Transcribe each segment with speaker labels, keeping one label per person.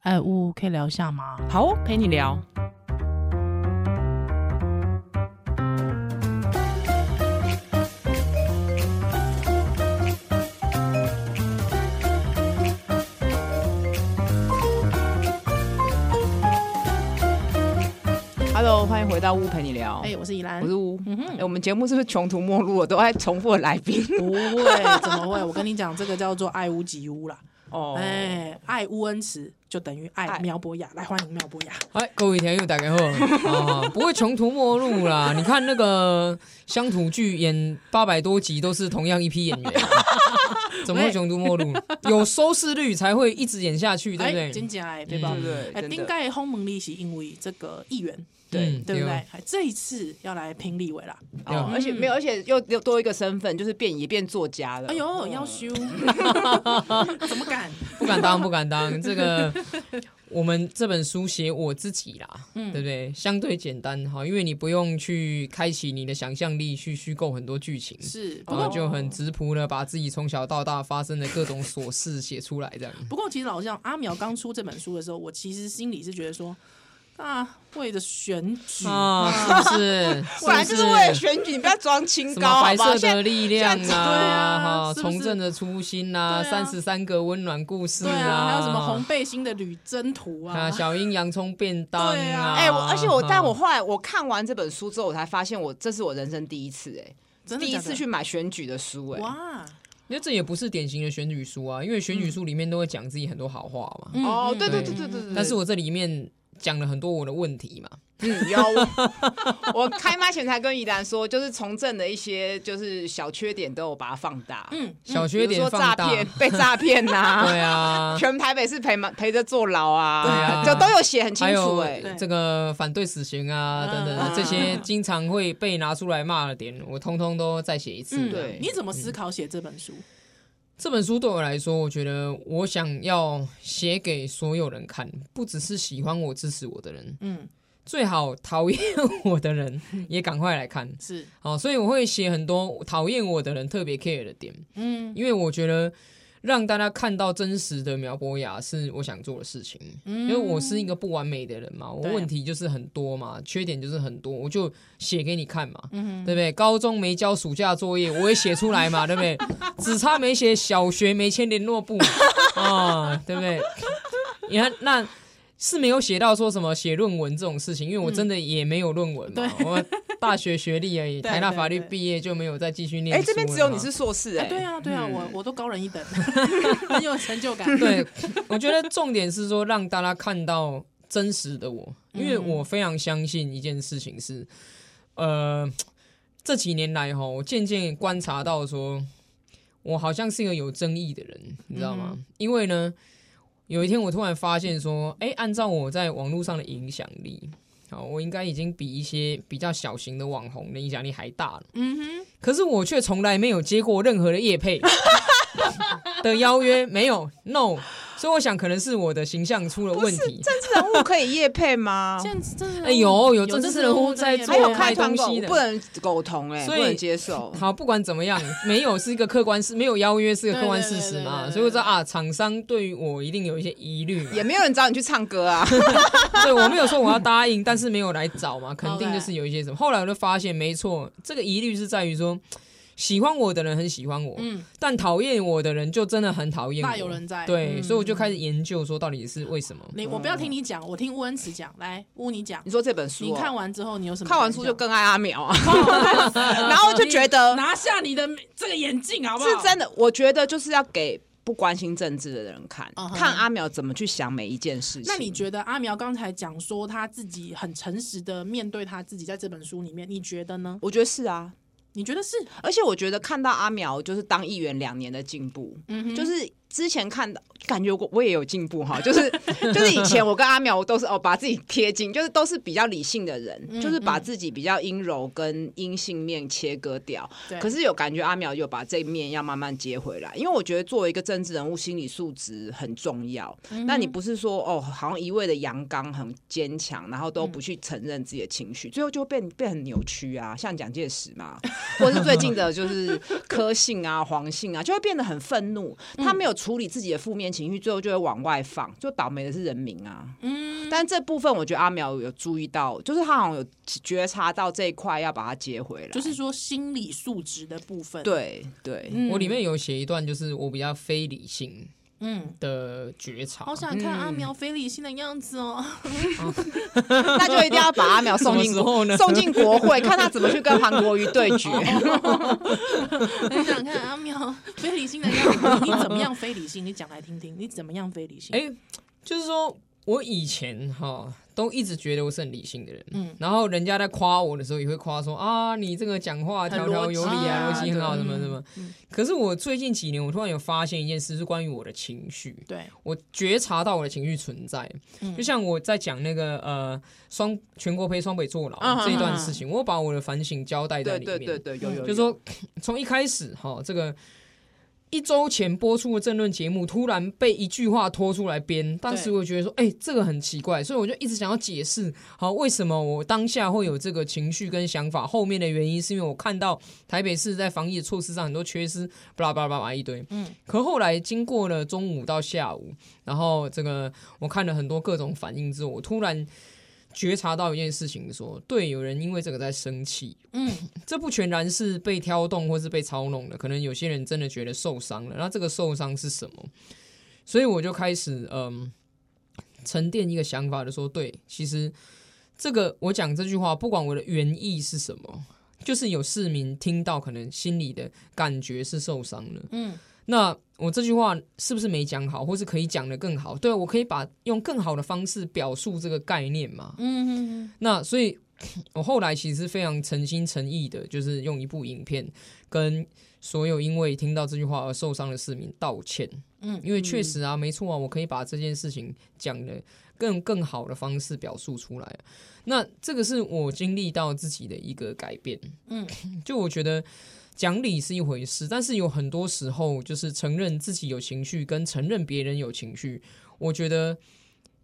Speaker 1: 哎，呜，可以聊一下吗？
Speaker 2: 好哦，陪你聊。Hello，欢迎回到屋陪你聊。
Speaker 1: 哎，我是依兰
Speaker 2: 我，是屋。哎我们节目是不是穷途末路了？都爱重复的来 宾。
Speaker 1: 不会，怎么会？我跟你讲，这个叫做爱屋及乌啦。
Speaker 2: 哦
Speaker 1: 哎，爱乌恩慈就等于爱
Speaker 2: 爱
Speaker 1: 苗博雅，来欢迎苗博雅。
Speaker 3: 哎，各位听友 大家好啊！不会穷途末路啦，你看那个乡土剧演八百多集都是同样一批演 员，怎么会穷途末路？有收视率才会一直演下去，对不
Speaker 1: 哎，
Speaker 3: 对？
Speaker 1: 真假哎，对吧
Speaker 2: 对？对
Speaker 1: 哎，
Speaker 2: 对，
Speaker 1: 顶
Speaker 2: 真的
Speaker 1: 盖轰蒙利是因为这个议员，
Speaker 2: 对
Speaker 3: 嗯
Speaker 1: 对不对？？哎，这一次要来评立委啦。
Speaker 3: 对
Speaker 1: 嗯
Speaker 2: 哦而且没有，而且又又多一个身份，就是变也变作家了。
Speaker 1: 哎呦，要修，怎么敢？
Speaker 3: 不敢当，不 敢当。这个我们这本书写我自己啦，
Speaker 1: 嗯
Speaker 3: 对不对？相对简单哈，因为你不用去开启你的想象力去虚构很多剧情。
Speaker 1: 是，不
Speaker 3: 然
Speaker 1: 过
Speaker 3: 后就很直朴的把自己从小到大发生的各种琐事写出来，这样。
Speaker 1: 不过其实老实讲，阿苗刚出这本书的时候，我其实心里是觉得说，啊，为了选举，
Speaker 3: 啊，是 不是？
Speaker 2: 本来就是为了选举，你不要装清
Speaker 3: 什
Speaker 2: 高，
Speaker 3: 么
Speaker 2: 好
Speaker 3: 白
Speaker 2: 不好？
Speaker 3: 色
Speaker 2: 现在
Speaker 3: 的啊力量
Speaker 2: 现在
Speaker 1: 对啊
Speaker 3: 啊，哈，
Speaker 1: 是不是
Speaker 3: 从政的初心啊，
Speaker 1: 对啊
Speaker 3: 三十三个温暖故事
Speaker 1: 对啊，还有什么红背心的吕征图啊，
Speaker 3: 啊，小鹰洋葱便当
Speaker 1: 对啊
Speaker 3: 啊，
Speaker 2: 哎、我而且我，
Speaker 3: 哈
Speaker 2: 但我后来我看完这本书之后，我才发现我这是我人生第一次、
Speaker 1: 真的
Speaker 2: 哎，第一
Speaker 1: 假的
Speaker 2: 次去买选举的书、哎，
Speaker 1: 哇，
Speaker 3: 那这也不是典型的选举书啊，因为选举书里面都会讲自己很多好话嘛，
Speaker 1: 嗯
Speaker 2: 哦，对对
Speaker 3: 嗯
Speaker 2: 对对对对，
Speaker 3: 但是我这里面讲了很多我的问题嘛，
Speaker 2: 嗯有， 我开麦前才跟怡兰说，就是从政的一些就是小缺点都有把它放大，
Speaker 1: 嗯，
Speaker 3: 小缺
Speaker 2: 比如
Speaker 3: 点
Speaker 2: 说
Speaker 3: 放
Speaker 2: 诈
Speaker 3: 大，
Speaker 2: 骗被诈骗呐，
Speaker 3: 对啊。
Speaker 2: 全台北市陪嘛陪着坐牢啊，
Speaker 3: 对啊
Speaker 2: 就都有写 很清
Speaker 3: 还
Speaker 2: 楚、
Speaker 3: 有
Speaker 2: 哎，
Speaker 3: 这个反对死刑啊，等等
Speaker 2: 嗯
Speaker 3: 的这些经常会被拿出来骂的点，我通通都再写一次。啊
Speaker 1: 嗯，
Speaker 3: 这样
Speaker 2: 对
Speaker 1: 你怎么思考写这本书？
Speaker 3: 这本书对我来说，我觉得我想要写给所有人看，不只是喜欢我、支持我的人，
Speaker 1: 嗯，
Speaker 3: 最好讨厌我的人 也赶快来看。
Speaker 1: 是，
Speaker 3: 好，所以我会写很多讨厌我的人特别 care 的点，
Speaker 1: 嗯
Speaker 3: 因为我觉得让大家看到真实的苗博雅是我想做的事情。因
Speaker 1: 嗯，
Speaker 3: 为我是一个不完美的人嘛，我
Speaker 1: 对
Speaker 3: 问题就是很多嘛，缺点就是很多，我就写给你看嘛，
Speaker 1: 嗯
Speaker 3: 对不对？高中没交暑假作业，我也写出来嘛，对不对？ 只差没写小学没签联 络簿啊、对不对？你看那。是没有写到说什么写论文这种事情，因为我真的也没有论文嘛，我大学学 历而已，
Speaker 1: 对
Speaker 3: 台大
Speaker 1: 对
Speaker 3: 法律
Speaker 1: 对
Speaker 3: 毕业就没有再继续念
Speaker 2: 哎、
Speaker 3: 书了嘛。
Speaker 2: 这边只有你是硕士、哎、
Speaker 1: 哎，对啊，对啊，我我都高人一 等，很有成就感，
Speaker 3: 对，我觉得重点是说让大家看到真实的我，因为我非常相信一件事情是，呃，这几年来哈，我渐渐观察到说，我好像是一个有争议的人，你知道吗？因为呢，有一天我突然发现说，哎、按照我在网络上的影响力。好，我应该已经比一些比较小型的网红的影响力还大了。
Speaker 1: 嗯
Speaker 3: 可是我却从来没有接过任何的业配 的邀约，没有，no。所以我想，可能是我的形象出了问题。
Speaker 2: 政治人物可以夜配吗
Speaker 1: 哼，？现在真的
Speaker 3: 哎有有
Speaker 1: 政
Speaker 3: 政
Speaker 1: 治
Speaker 3: 治
Speaker 1: 人
Speaker 3: 人
Speaker 1: 物
Speaker 3: 物
Speaker 1: 在做
Speaker 3: 在做
Speaker 2: 还有开
Speaker 3: 卖
Speaker 2: 团
Speaker 3: 东
Speaker 2: 购
Speaker 3: 西的
Speaker 2: 不能苟同、哎，
Speaker 3: 所以
Speaker 2: 不能接受。
Speaker 3: 好，不管怎么样，没有是一个客观事，没有邀约是一个客观事实
Speaker 1: 对对对
Speaker 3: 嘛。
Speaker 1: 对对
Speaker 3: 所以我知道啊，厂商对于我一定有一些疑虑 嘛。
Speaker 2: 也没有人找你去唱歌啊，
Speaker 3: 对我没有说我要答应，但是没有来找嘛，肯定
Speaker 1: OK
Speaker 3: 就是有一些什么。后来我就发现，没错，这个疑虑是在于说，喜欢我的人很喜欢我，
Speaker 1: 嗯
Speaker 3: 但讨厌我的人就真的很讨厌我。
Speaker 1: 大有人在，
Speaker 3: 对，
Speaker 1: 嗯
Speaker 3: 所以我就开始研究说到底是为什么。
Speaker 1: 你我不要听你讲，我听乌恩慈讲，来乌你讲
Speaker 2: 你，说这本书哦、
Speaker 1: 你看完之后你有什么感
Speaker 2: 看
Speaker 1: 想？
Speaker 2: 完书就更爱阿苗啊， 然后就觉得
Speaker 1: 拿下你的这个眼镜好不好？
Speaker 2: 是真的，我觉得就是要给不关心政治的人看
Speaker 1: 嗯哼
Speaker 2: 看阿苗怎么去想每一件事情。
Speaker 1: 那你觉得阿苗刚才讲说他自己很诚实的面对他自己，在这本书里面，你觉得呢？
Speaker 2: 我觉得是啊，
Speaker 1: 你觉得是？
Speaker 2: 而且我觉得看到阿苗就是当议员两年的进步，
Speaker 1: 嗯
Speaker 2: 就是之前看到感觉我我也有进步哈， 就是就是以前我跟阿苗我都是哦把自己贴近，就是都是比较理性的人，
Speaker 1: 嗯
Speaker 2: 就是把自己比较阴柔跟阴性面切割掉。
Speaker 1: 对
Speaker 2: 可是有感觉阿苗有把这一面要慢慢接回来，因为我觉得作为一个政治人物，心理素质很重要。
Speaker 1: 嗯
Speaker 2: 那你不是说哦，好像一味的阳刚很坚强，然后都不去承认自己的情
Speaker 1: 嗯
Speaker 2: 绪，最后就会变变很扭曲啊，像蒋介石
Speaker 1: 嗯
Speaker 2: 嘛，或是最近的就是柯姓啊、黄姓啊，就会变得很愤怒。他没有处理自己的负面情绪，最后就会往外放，就倒霉的是人民啊。
Speaker 1: 嗯，
Speaker 2: 但这部分我觉得阿苗有注意到，就是他好像有觉察到这一块，要把它接回来。
Speaker 1: 就是说心理素质的部分。，
Speaker 2: 对对，
Speaker 1: 嗯
Speaker 3: 我里面有写一段，就是我比较非理性
Speaker 1: 嗯，
Speaker 3: 的觉察
Speaker 1: 好，想看阿
Speaker 2: 嗯
Speaker 1: 苗非理性的样子 哦。
Speaker 2: 那就一定要把阿苗送进
Speaker 3: 什么时候呢
Speaker 2: 送进国会，看他怎么去跟韩国瑜对决。
Speaker 1: 很想看阿苗非理性的样子，你怎么样非理性？你讲来听听，你怎么样非理性？
Speaker 3: 哎就是说我以前哈都一直觉得我是很理性的人，
Speaker 1: 嗯
Speaker 3: 然后人家在夸我的时候也会夸说啊，你这个讲话
Speaker 1: 很
Speaker 3: 条
Speaker 1: 逻
Speaker 3: 条
Speaker 1: 辑
Speaker 3: 有理
Speaker 1: 啊
Speaker 3: 啊，逻辑很好，
Speaker 1: 对嗯
Speaker 3: 什么什么。可是我最近几年，我突然有发现一件事，是关于我的情绪。
Speaker 1: 对，
Speaker 3: 我觉察到我的情绪存在，
Speaker 1: 嗯
Speaker 3: 就像我在讲那个呃双全国杯双北坐牢
Speaker 1: 啊
Speaker 2: 嗯
Speaker 3: 这一段事情，我把我的反省交代在
Speaker 2: 对
Speaker 3: 里
Speaker 2: 对
Speaker 3: 面，
Speaker 2: 对对，有有有，
Speaker 3: 就说 从一开始哈，这个一周前播出的政论节目突然被一句话拖出来编，当时我觉得说，哎、这个很奇怪，所以我就一直想要解释，好，为什么我当下会有这个情绪跟想法，后面的原因是因为我看到台北市在防疫的措施上很多缺失，巴拉巴拉巴拉一堆，
Speaker 1: 嗯
Speaker 3: 嗯，可后来经过了中午到下午，然后这个我看了很多各种反应之后，我突然。觉察到一件事情说对，有人因为这个在生气，
Speaker 1: 嗯，
Speaker 3: 这不全然是被挑动或是被操弄的，可能有些人真的觉得受伤了。那这个受伤是什么？所以我就开始嗯沉淀一个想法，就说对，其实这个我讲这句话，不管我的原意是什么，就是有市民听到，可能心里的感觉是受伤了。
Speaker 1: 嗯，
Speaker 3: 那我这句话是不是没讲好，或是可以讲得更好？对，啊我可以把用更好的方式表述这个概念嘛？
Speaker 1: 嗯嗯
Speaker 3: 那所以，我后来其实非常诚心诚意的，就是用一部影片跟所有因为听到这句话而受伤的市民道歉。
Speaker 1: 嗯
Speaker 3: 因为确实啊，没错啊，我可以把这件事情讲的更更好的方式表述出来。那这个是我经历到自己的一个改变。
Speaker 1: 嗯，
Speaker 3: 就我觉得。讲理是一回事，但是有很多时候，就是承认自己有情绪，跟承认别人有情绪，我觉得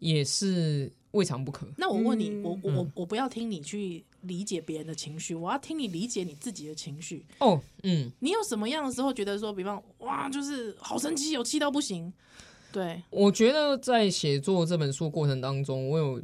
Speaker 3: 也是未尝不可。
Speaker 1: 那我问你，我我
Speaker 2: 嗯
Speaker 1: 我我不要听你去理解别人的情绪，我要听你理解你自己的情绪。
Speaker 3: 哦，嗯，
Speaker 1: 你有什么样的时候觉得说，比方哇，就是好生气哦，有气到不行。对，
Speaker 3: 我觉得在写作这本书过程当中，我有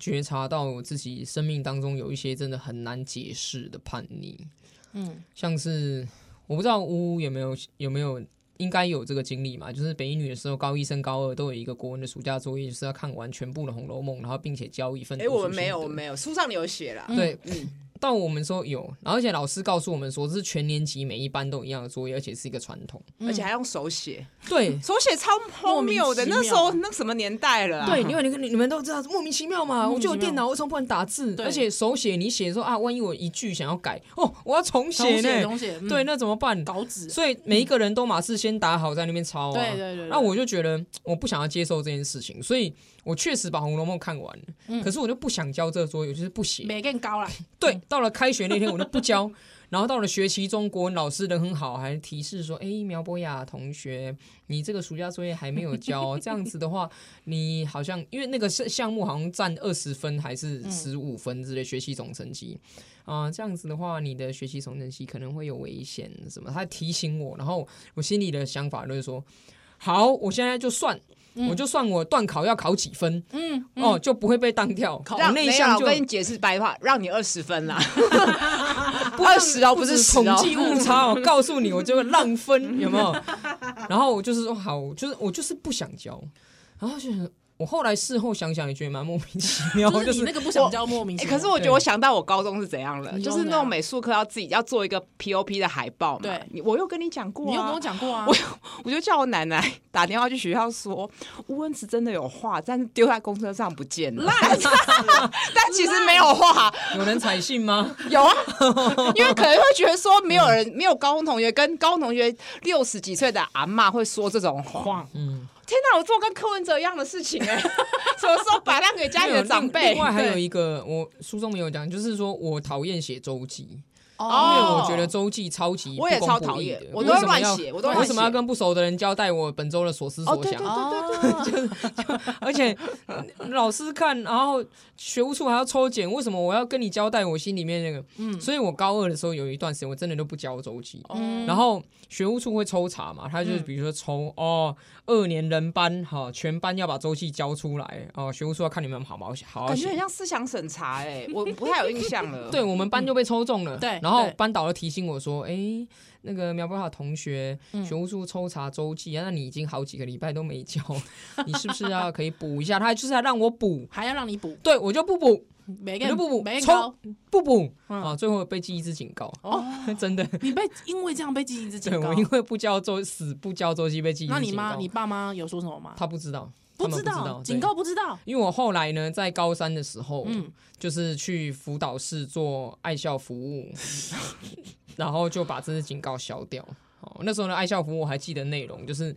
Speaker 3: 觉察到我自己生命当中有一些真的很难解释的叛逆，
Speaker 1: 嗯
Speaker 3: 像是我不知道呜呜有没有有没有。应该有这个经历嘛？就是北一女的时候，高一升高二都有一个国文的暑假作业，就是要看完全部的《红楼梦》，然后并且交一份。
Speaker 2: 哎，我们没有，我们嗯没有，书上有写啦。
Speaker 3: 对， 到我们说有，然后而且老师告诉我们说，这是全年级每一班都有一样的作业，而且是一个传统。
Speaker 2: 而且还用手写，
Speaker 3: 对，
Speaker 2: 手写超荒谬的。
Speaker 1: 莫名
Speaker 2: 那
Speaker 1: 其妙
Speaker 2: 时候那什么年代了啊？
Speaker 3: 对，因为你看你你们都知道莫名其妙嘛，
Speaker 1: 莫
Speaker 3: 我
Speaker 1: 名其
Speaker 3: 就
Speaker 1: 妙
Speaker 3: 有电脑，为什么不能打字？
Speaker 1: 对
Speaker 3: 而且手写你写说啊，万一我一句想要改，哦，我要重
Speaker 1: 重
Speaker 3: 写
Speaker 1: 写
Speaker 3: 呢，
Speaker 1: 重写，嗯
Speaker 3: 对，那怎么办？
Speaker 1: 稿纸，
Speaker 3: 所以每一个人都马是先打好在那边抄啊，
Speaker 1: 对对对对
Speaker 3: 那我就觉得我不想要接受这件事情，所以我确实把《红楼梦》看完了，
Speaker 1: 嗯
Speaker 3: 可是我就不想交这个作业，我就是不写。
Speaker 1: 每更高啦。
Speaker 3: 对，
Speaker 2: 嗯
Speaker 3: 到了开学那天我就不 交，然后到了学期中，国文老师人很好，还提示说：“哎、苗博雅同学，你这个暑假作业还没有交哦、这样子 的话，你好像因为那个项项目好像
Speaker 2: 嗯
Speaker 3: 占二十分还是十五分之类学习总成绩啊、这样子的话，你的学习总成绩可能会有危险什么。”他提醒我，然后我心里的想法就是说：“好，我现在就算。”
Speaker 2: 嗯
Speaker 3: 我就算我断考要考几分，嗯，哦，就不会被当掉。考
Speaker 2: 让没
Speaker 3: 内
Speaker 2: 有
Speaker 3: 向
Speaker 2: 啦，
Speaker 3: 就
Speaker 2: 我跟你解释白话，让你二十分啦，二十哦，不是10
Speaker 3: 统
Speaker 2: 哦
Speaker 3: 计误差 哦，告诉你我就会浪分，有没有？然后我就是说好，我就是我就是不想交，然后就是我后来事后想想也觉得蛮莫名其妙，
Speaker 1: 就
Speaker 3: 就是
Speaker 1: 你
Speaker 3: 是
Speaker 1: 那个不想交莫名其
Speaker 2: 欸
Speaker 1: 妙，
Speaker 2: 可是我觉得我想到我高中是怎样了，
Speaker 1: 你
Speaker 2: 就
Speaker 1: 高中
Speaker 2: 是
Speaker 1: 怎
Speaker 2: 那种
Speaker 1: 样
Speaker 2: 美术课要自己要做一个 POP 的海报嘛
Speaker 1: 对。
Speaker 2: 你我有跟你讲过、啊，
Speaker 1: 你有跟我，讲过啊，
Speaker 2: 我就叫我奶奶 打电话去学校说，吴文慈真的有画，但是丢在公车上不见了， 但其实没有画，
Speaker 3: 有人采信吗？
Speaker 2: 有啊，因为可能会觉得说没有人，没有高中同学跟高中同学六十几岁的阿嬷会说这种话。
Speaker 3: 嗯，
Speaker 2: 天哪，我做跟柯文哲一样的事情哎、 什么时候摆烂给 家里的长辈？
Speaker 3: 另外还有
Speaker 2: 对
Speaker 3: 一个，我书中没有讲，就是说我讨厌写周记，因为
Speaker 2: 哦
Speaker 3: 我觉得周记超级
Speaker 2: 我也
Speaker 3: 不
Speaker 2: 超
Speaker 3: 公不
Speaker 2: 讨
Speaker 3: 义
Speaker 2: 厌
Speaker 3: 的
Speaker 2: 我
Speaker 1: 都会
Speaker 3: 为什么
Speaker 2: 乱
Speaker 3: 要
Speaker 2: 写我都会
Speaker 3: 为
Speaker 2: 乱
Speaker 3: 什么要
Speaker 2: 写
Speaker 3: 跟不熟的人交代我本周的所思
Speaker 2: 哦，
Speaker 3: 所
Speaker 2: 对对
Speaker 3: 想？哦
Speaker 2: 对对对，
Speaker 3: 而且嗯老师看，然后学务处还要抽检，为什么我要跟你交代我心里面那个？
Speaker 1: 嗯
Speaker 3: 所以我高二的时候有一段时间，我真的都不交周记。
Speaker 1: 嗯
Speaker 3: 然后学务处会抽查嘛，他就是比如说抽、哦，二年人班哈、全班要把周记交出来哦，学务处要看你们好不好写，好好
Speaker 2: 感觉
Speaker 3: 写
Speaker 2: 很。像思想审查哎，我不太有印象了。
Speaker 3: 对我们班就被抽中了，
Speaker 1: 嗯对
Speaker 3: 然后
Speaker 1: 对
Speaker 3: 班导就提醒我说：“哎，那个苗博雅同学，
Speaker 1: 嗯
Speaker 3: 学务处抽查周记啊，那你已经好几个礼拜都没交，你是不是要可以补一下？”他就是要让我补，
Speaker 1: 还要让你补，
Speaker 3: 对我就不补，
Speaker 1: 每个人
Speaker 3: 你就不补
Speaker 1: 每个
Speaker 3: 抽
Speaker 1: 高
Speaker 3: 不补、
Speaker 1: 嗯
Speaker 3: 啊！最后被记一次警告，
Speaker 1: 哦，
Speaker 3: 真的，
Speaker 1: 你被因为这样被记一次警
Speaker 3: 对
Speaker 1: 告
Speaker 3: 我，因为不交周死不交周记被记一次
Speaker 1: 那
Speaker 3: 警告。
Speaker 1: 你妈你爸妈有说什么吗？
Speaker 3: 他不知道，他们
Speaker 1: 知
Speaker 3: 不知道
Speaker 1: 警。
Speaker 3: 对
Speaker 1: 告不知道，
Speaker 3: 因为我后来呢，在高三的时候，
Speaker 1: 嗯
Speaker 3: 就是去辅导室做爱校服务， 然后就把这次警告消掉。哦，那时候的爱校服务我还记得内容，就是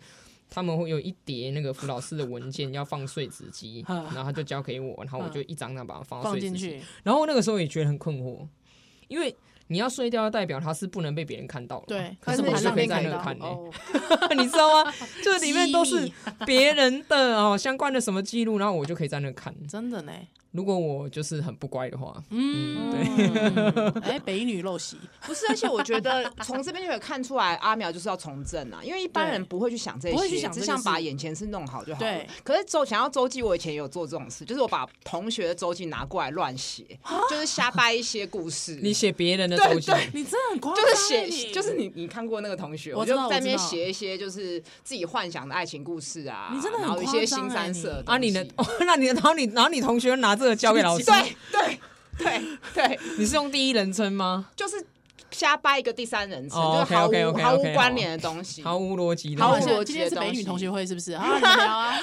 Speaker 3: 他们会有一叠那个辅导室的文件要放碎纸机，
Speaker 1: 嗯
Speaker 3: 然后他就交给我，然后我就一张张把它放到
Speaker 1: 放
Speaker 3: 碎
Speaker 1: 进
Speaker 3: 纸机。
Speaker 1: 去，
Speaker 3: 然后那个时候也觉得很困惑，因为你要碎掉，代表它是不能被别人看到的。
Speaker 1: 对，
Speaker 3: 可
Speaker 1: 可
Speaker 3: 是
Speaker 1: 我
Speaker 3: 我
Speaker 1: 还
Speaker 3: 是
Speaker 1: 让
Speaker 3: 可以
Speaker 1: 你
Speaker 3: 在那
Speaker 1: 看
Speaker 3: 看的、欸
Speaker 1: 到，
Speaker 2: 哦，
Speaker 3: 你知 道吗？这里面都
Speaker 1: 机
Speaker 3: 是
Speaker 1: 密
Speaker 3: 别人的哦，相关的什么记录，然后我就可以在那看。
Speaker 1: 真的呢，
Speaker 3: 如果我就是很不乖的话，
Speaker 1: 嗯，对， 哎，北女陋习，
Speaker 2: 不是，而且我觉得从这边就可以看出来，阿苗就是要从政啊，因为一般人不会去想这
Speaker 1: 不会去
Speaker 2: 些，
Speaker 1: 想这
Speaker 2: 只
Speaker 1: 个
Speaker 2: 想把
Speaker 1: 事
Speaker 2: 眼前事弄好就好了
Speaker 1: 对。
Speaker 2: 可是周想要周记，我以前也有做这种事，就是我把同学的周记拿过来乱写，
Speaker 1: 啊
Speaker 2: 就是瞎掰一些故事。
Speaker 3: 你写别人的
Speaker 2: 对
Speaker 3: 东西，
Speaker 2: 对
Speaker 1: 你真的很夸张
Speaker 2: 就
Speaker 1: 欸，
Speaker 2: 是写，
Speaker 1: 你
Speaker 2: 就是你，你看过那个同学，
Speaker 1: 我知
Speaker 2: 就
Speaker 1: 道
Speaker 2: 在那
Speaker 1: 我
Speaker 2: 边
Speaker 1: 知道
Speaker 2: 写一些，就是自己幻想的爱情故事啊，
Speaker 1: 你真的很
Speaker 2: 然后一
Speaker 1: 夸
Speaker 2: 些
Speaker 1: 张
Speaker 2: 新
Speaker 1: 欸
Speaker 2: 三
Speaker 1: 你
Speaker 2: 色
Speaker 3: 啊，你
Speaker 2: 的
Speaker 3: 的
Speaker 2: 东西，
Speaker 3: 哦，那你的，然后你，然后你同学拿这个交给老师，
Speaker 2: 对对对 对，
Speaker 3: 你是用第一人称吗？
Speaker 2: 就是瞎掰一个第三人称，
Speaker 3: 哦
Speaker 2: 就是毫
Speaker 3: OK，OK，OK，
Speaker 2: 无毫无
Speaker 3: OK，好
Speaker 2: 关联的东西，
Speaker 3: 毫无逻辑的，
Speaker 2: 毫无
Speaker 1: 好
Speaker 2: 逻辑的
Speaker 1: 今天是北
Speaker 2: 东
Speaker 1: 女
Speaker 2: 西
Speaker 1: 同学会是不是？啊，你们聊 啊。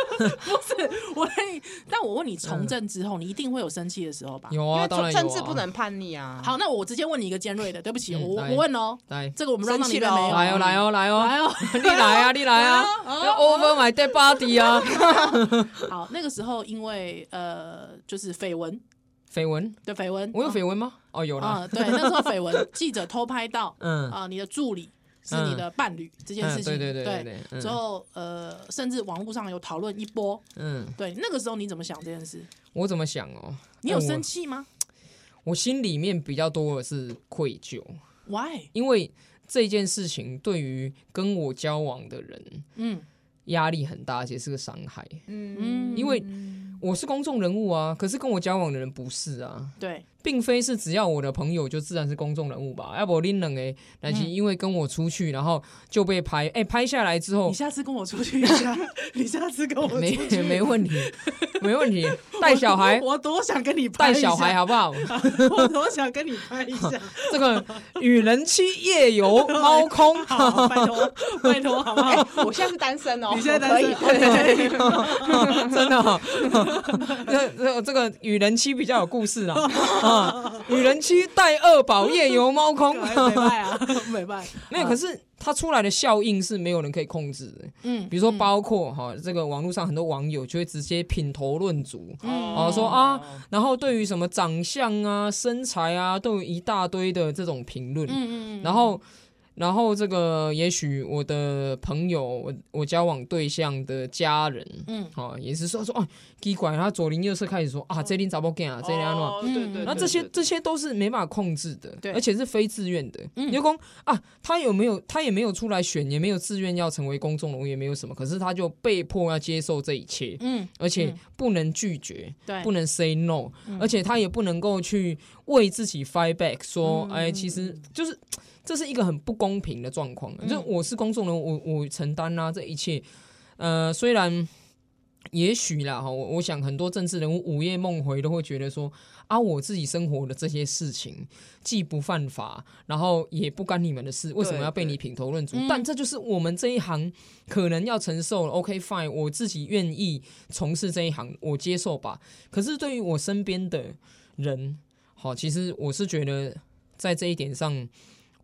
Speaker 1: 不是我问你，但我问你，从政之后，你一定会有生气的时候吧？
Speaker 3: 有
Speaker 2: 因
Speaker 3: 啊，
Speaker 2: 为
Speaker 3: 当然有、啊、
Speaker 2: 政治不能叛逆啊。
Speaker 1: 好，那我直接问你一个尖锐的，对不起，
Speaker 3: 嗯
Speaker 1: 我
Speaker 3: 来
Speaker 1: 我问哦，
Speaker 3: 来，
Speaker 1: 这个我们让
Speaker 2: 生
Speaker 1: 让你
Speaker 2: 气
Speaker 1: 们
Speaker 2: 了
Speaker 1: 没
Speaker 2: 哦
Speaker 1: 有，啊
Speaker 3: 来哦，来哦，来哦，
Speaker 1: 来哦。
Speaker 3: 你来啊，你来 啊要，Over my dead body 啊，
Speaker 1: 好，那个时候因为呃，就是绯闻
Speaker 3: 绯闻，
Speaker 1: 对绯闻，
Speaker 3: 我有绯闻吗？哦，有啦，
Speaker 1: 啊，对，那时候绯闻记者偷拍到
Speaker 3: 嗯，
Speaker 1: 啊，你的助理是你的伴侣这件
Speaker 3: 嗯
Speaker 1: 事情，
Speaker 3: 对对对嗯对对，
Speaker 1: 之后呃，甚至网络上有讨论一波。
Speaker 3: 嗯，嗯，
Speaker 1: 对，那个时候你怎么想这件事？
Speaker 3: 我怎么想哦？
Speaker 1: 你有
Speaker 3: 哎我
Speaker 1: 生气吗
Speaker 3: 我心里面比较多的是愧疚，
Speaker 1: ？Why？
Speaker 3: 因为这件事情对于跟我交往的人
Speaker 1: 嗯
Speaker 3: 压力很大，而且是个伤害。
Speaker 1: 嗯，
Speaker 3: 因为我是公众人物啊，可是跟我交往的人不是啊，
Speaker 1: 对
Speaker 3: 并非是只要我的朋友就自然是公众人物吧。要不拎冷哎，但
Speaker 1: 嗯
Speaker 3: 是因为跟我出去，然后就被拍，哎、拍下来之后
Speaker 1: 你。下次跟我出去一下，你下次跟我出
Speaker 3: 没
Speaker 1: 去，
Speaker 3: 没问题，没问题。带小孩，
Speaker 1: 我多想跟你拍
Speaker 3: 带
Speaker 1: 一下
Speaker 3: 小孩，好不好？
Speaker 1: 我多想跟你拍一下，
Speaker 3: 这个与人妻夜 游猫空，
Speaker 1: 好，拜托拜托，好不好？
Speaker 2: 哎 我现在是单身哦，
Speaker 1: 你现在
Speaker 2: 我
Speaker 1: 单
Speaker 2: 可
Speaker 1: 身，
Speaker 2: 以
Speaker 1: 对
Speaker 3: 真的、 哦，这这这个与人妻比较有故 事啦啊！与人妻带二宝夜游猫空，
Speaker 1: 美拜啊，美拜，
Speaker 3: 没有，可是它出来的效应是没有人可以控制的。
Speaker 1: 嗯
Speaker 3: 比如说，包括哈、这个网络上很多网友就会直接品头论足，
Speaker 1: 嗯
Speaker 3: 哦说啊，然后对于什么长相啊、身材啊，都有一大堆的这种评论。
Speaker 1: 嗯嗯，
Speaker 3: 然后，然后这个也许我的朋友，我我交往对象的家人，
Speaker 1: 嗯，
Speaker 3: 哦，也是说说哦，奇怪，他左邻右舍开始说啊，这边找不见啊，这边
Speaker 2: 哦
Speaker 3: 啊。
Speaker 2: 对对对，
Speaker 3: 那这些这些都是没办法控制的，
Speaker 1: 对
Speaker 3: 而且是非自愿的。
Speaker 1: 嗯
Speaker 3: 刘工啊，他有没有他也没有出来选，也没有自愿要成为公众人物，也没有什么，可是他就被迫要接受这一切，
Speaker 1: 嗯，
Speaker 3: 而且不能拒绝，
Speaker 1: 对，
Speaker 3: 不能 say no，、而且他也不能够去为自己 fight back，说，哎、其实就是这是一个很不公平的状况。就我是公众人物，我我承担啦、这一切。呃，虽然也许啦哈，我我想很多政治人物午夜梦回都会觉得说，啊，我自己生活的这些事情既不犯法，然后也不干你们的事，为什么要被你品头论足？但这就是我们这一行可能要承受了。OK fine，我自己愿意从事这一行，我接受吧。可是对于我身边的人，好，其实我是觉得在这一点上。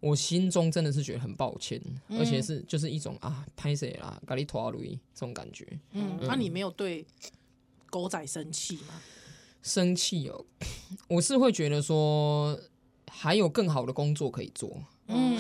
Speaker 3: 我心中真的是觉得很抱歉，而且是就是一种啊，拍谁啦，咖喱拖累这种感觉，
Speaker 1: 嗯，那你没有对狗仔生气吗？
Speaker 3: 生气哦。我是会觉得说，还有更好的工作可以做。
Speaker 1: 嗯，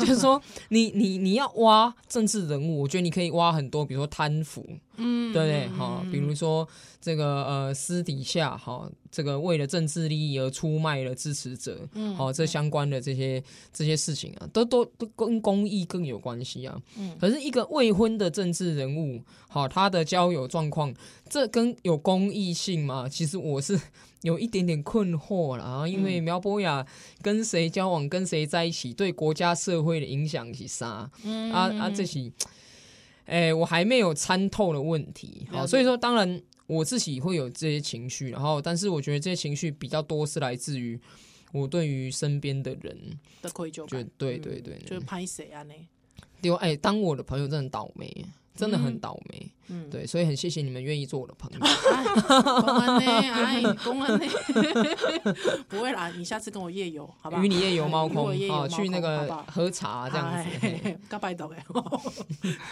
Speaker 3: 就是说，你你你要挖政治人物，我觉得你可以挖很多，比如说贪腐，
Speaker 1: 嗯，
Speaker 3: 对不对？哈、比如说这个呃私底下哈、这个为了政治利益而出卖了支持者，
Speaker 1: 嗯
Speaker 3: 好、这相关的这些这些事情啊，都都都跟公益更有关系啊。
Speaker 1: 嗯
Speaker 3: 可是一个未婚的政治人物，好、他的交友状况，这跟有公益性吗？其实我是 有一点点困惑啦，啊
Speaker 1: 嗯
Speaker 3: 因为苗博雅跟谁交往，跟谁在一起，对国家社会的影响是啥？
Speaker 1: 嗯
Speaker 3: 啊啊，这些，哎、我还没有参透的问题。
Speaker 1: 了
Speaker 3: 好，
Speaker 1: 解
Speaker 3: 所以说当然我自己会有这些情绪，然后但是我觉得这些情绪比较多是来自于我对于身边的人，
Speaker 1: 的愧疚
Speaker 3: 就
Speaker 1: 感，嗯
Speaker 3: 对对对，
Speaker 1: 就是拍谁啊呢？
Speaker 3: 对，哎、当我的朋友真的很倒霉，真的很
Speaker 1: 嗯
Speaker 3: 倒霉，
Speaker 1: 嗯，
Speaker 3: 对，所以很谢谢你们愿意做我的朋友。
Speaker 1: 哎，公安呢？哎，公安呢？不会啦，你下次跟我夜游，好吧？
Speaker 3: 与你夜游 猫
Speaker 1: 与我
Speaker 3: 空
Speaker 1: 夜游
Speaker 3: 啊，
Speaker 1: 猫
Speaker 3: 去那
Speaker 1: 空好不
Speaker 3: 个
Speaker 1: 好
Speaker 3: 喝茶这样子。嘿
Speaker 1: 哎，告白懂哎，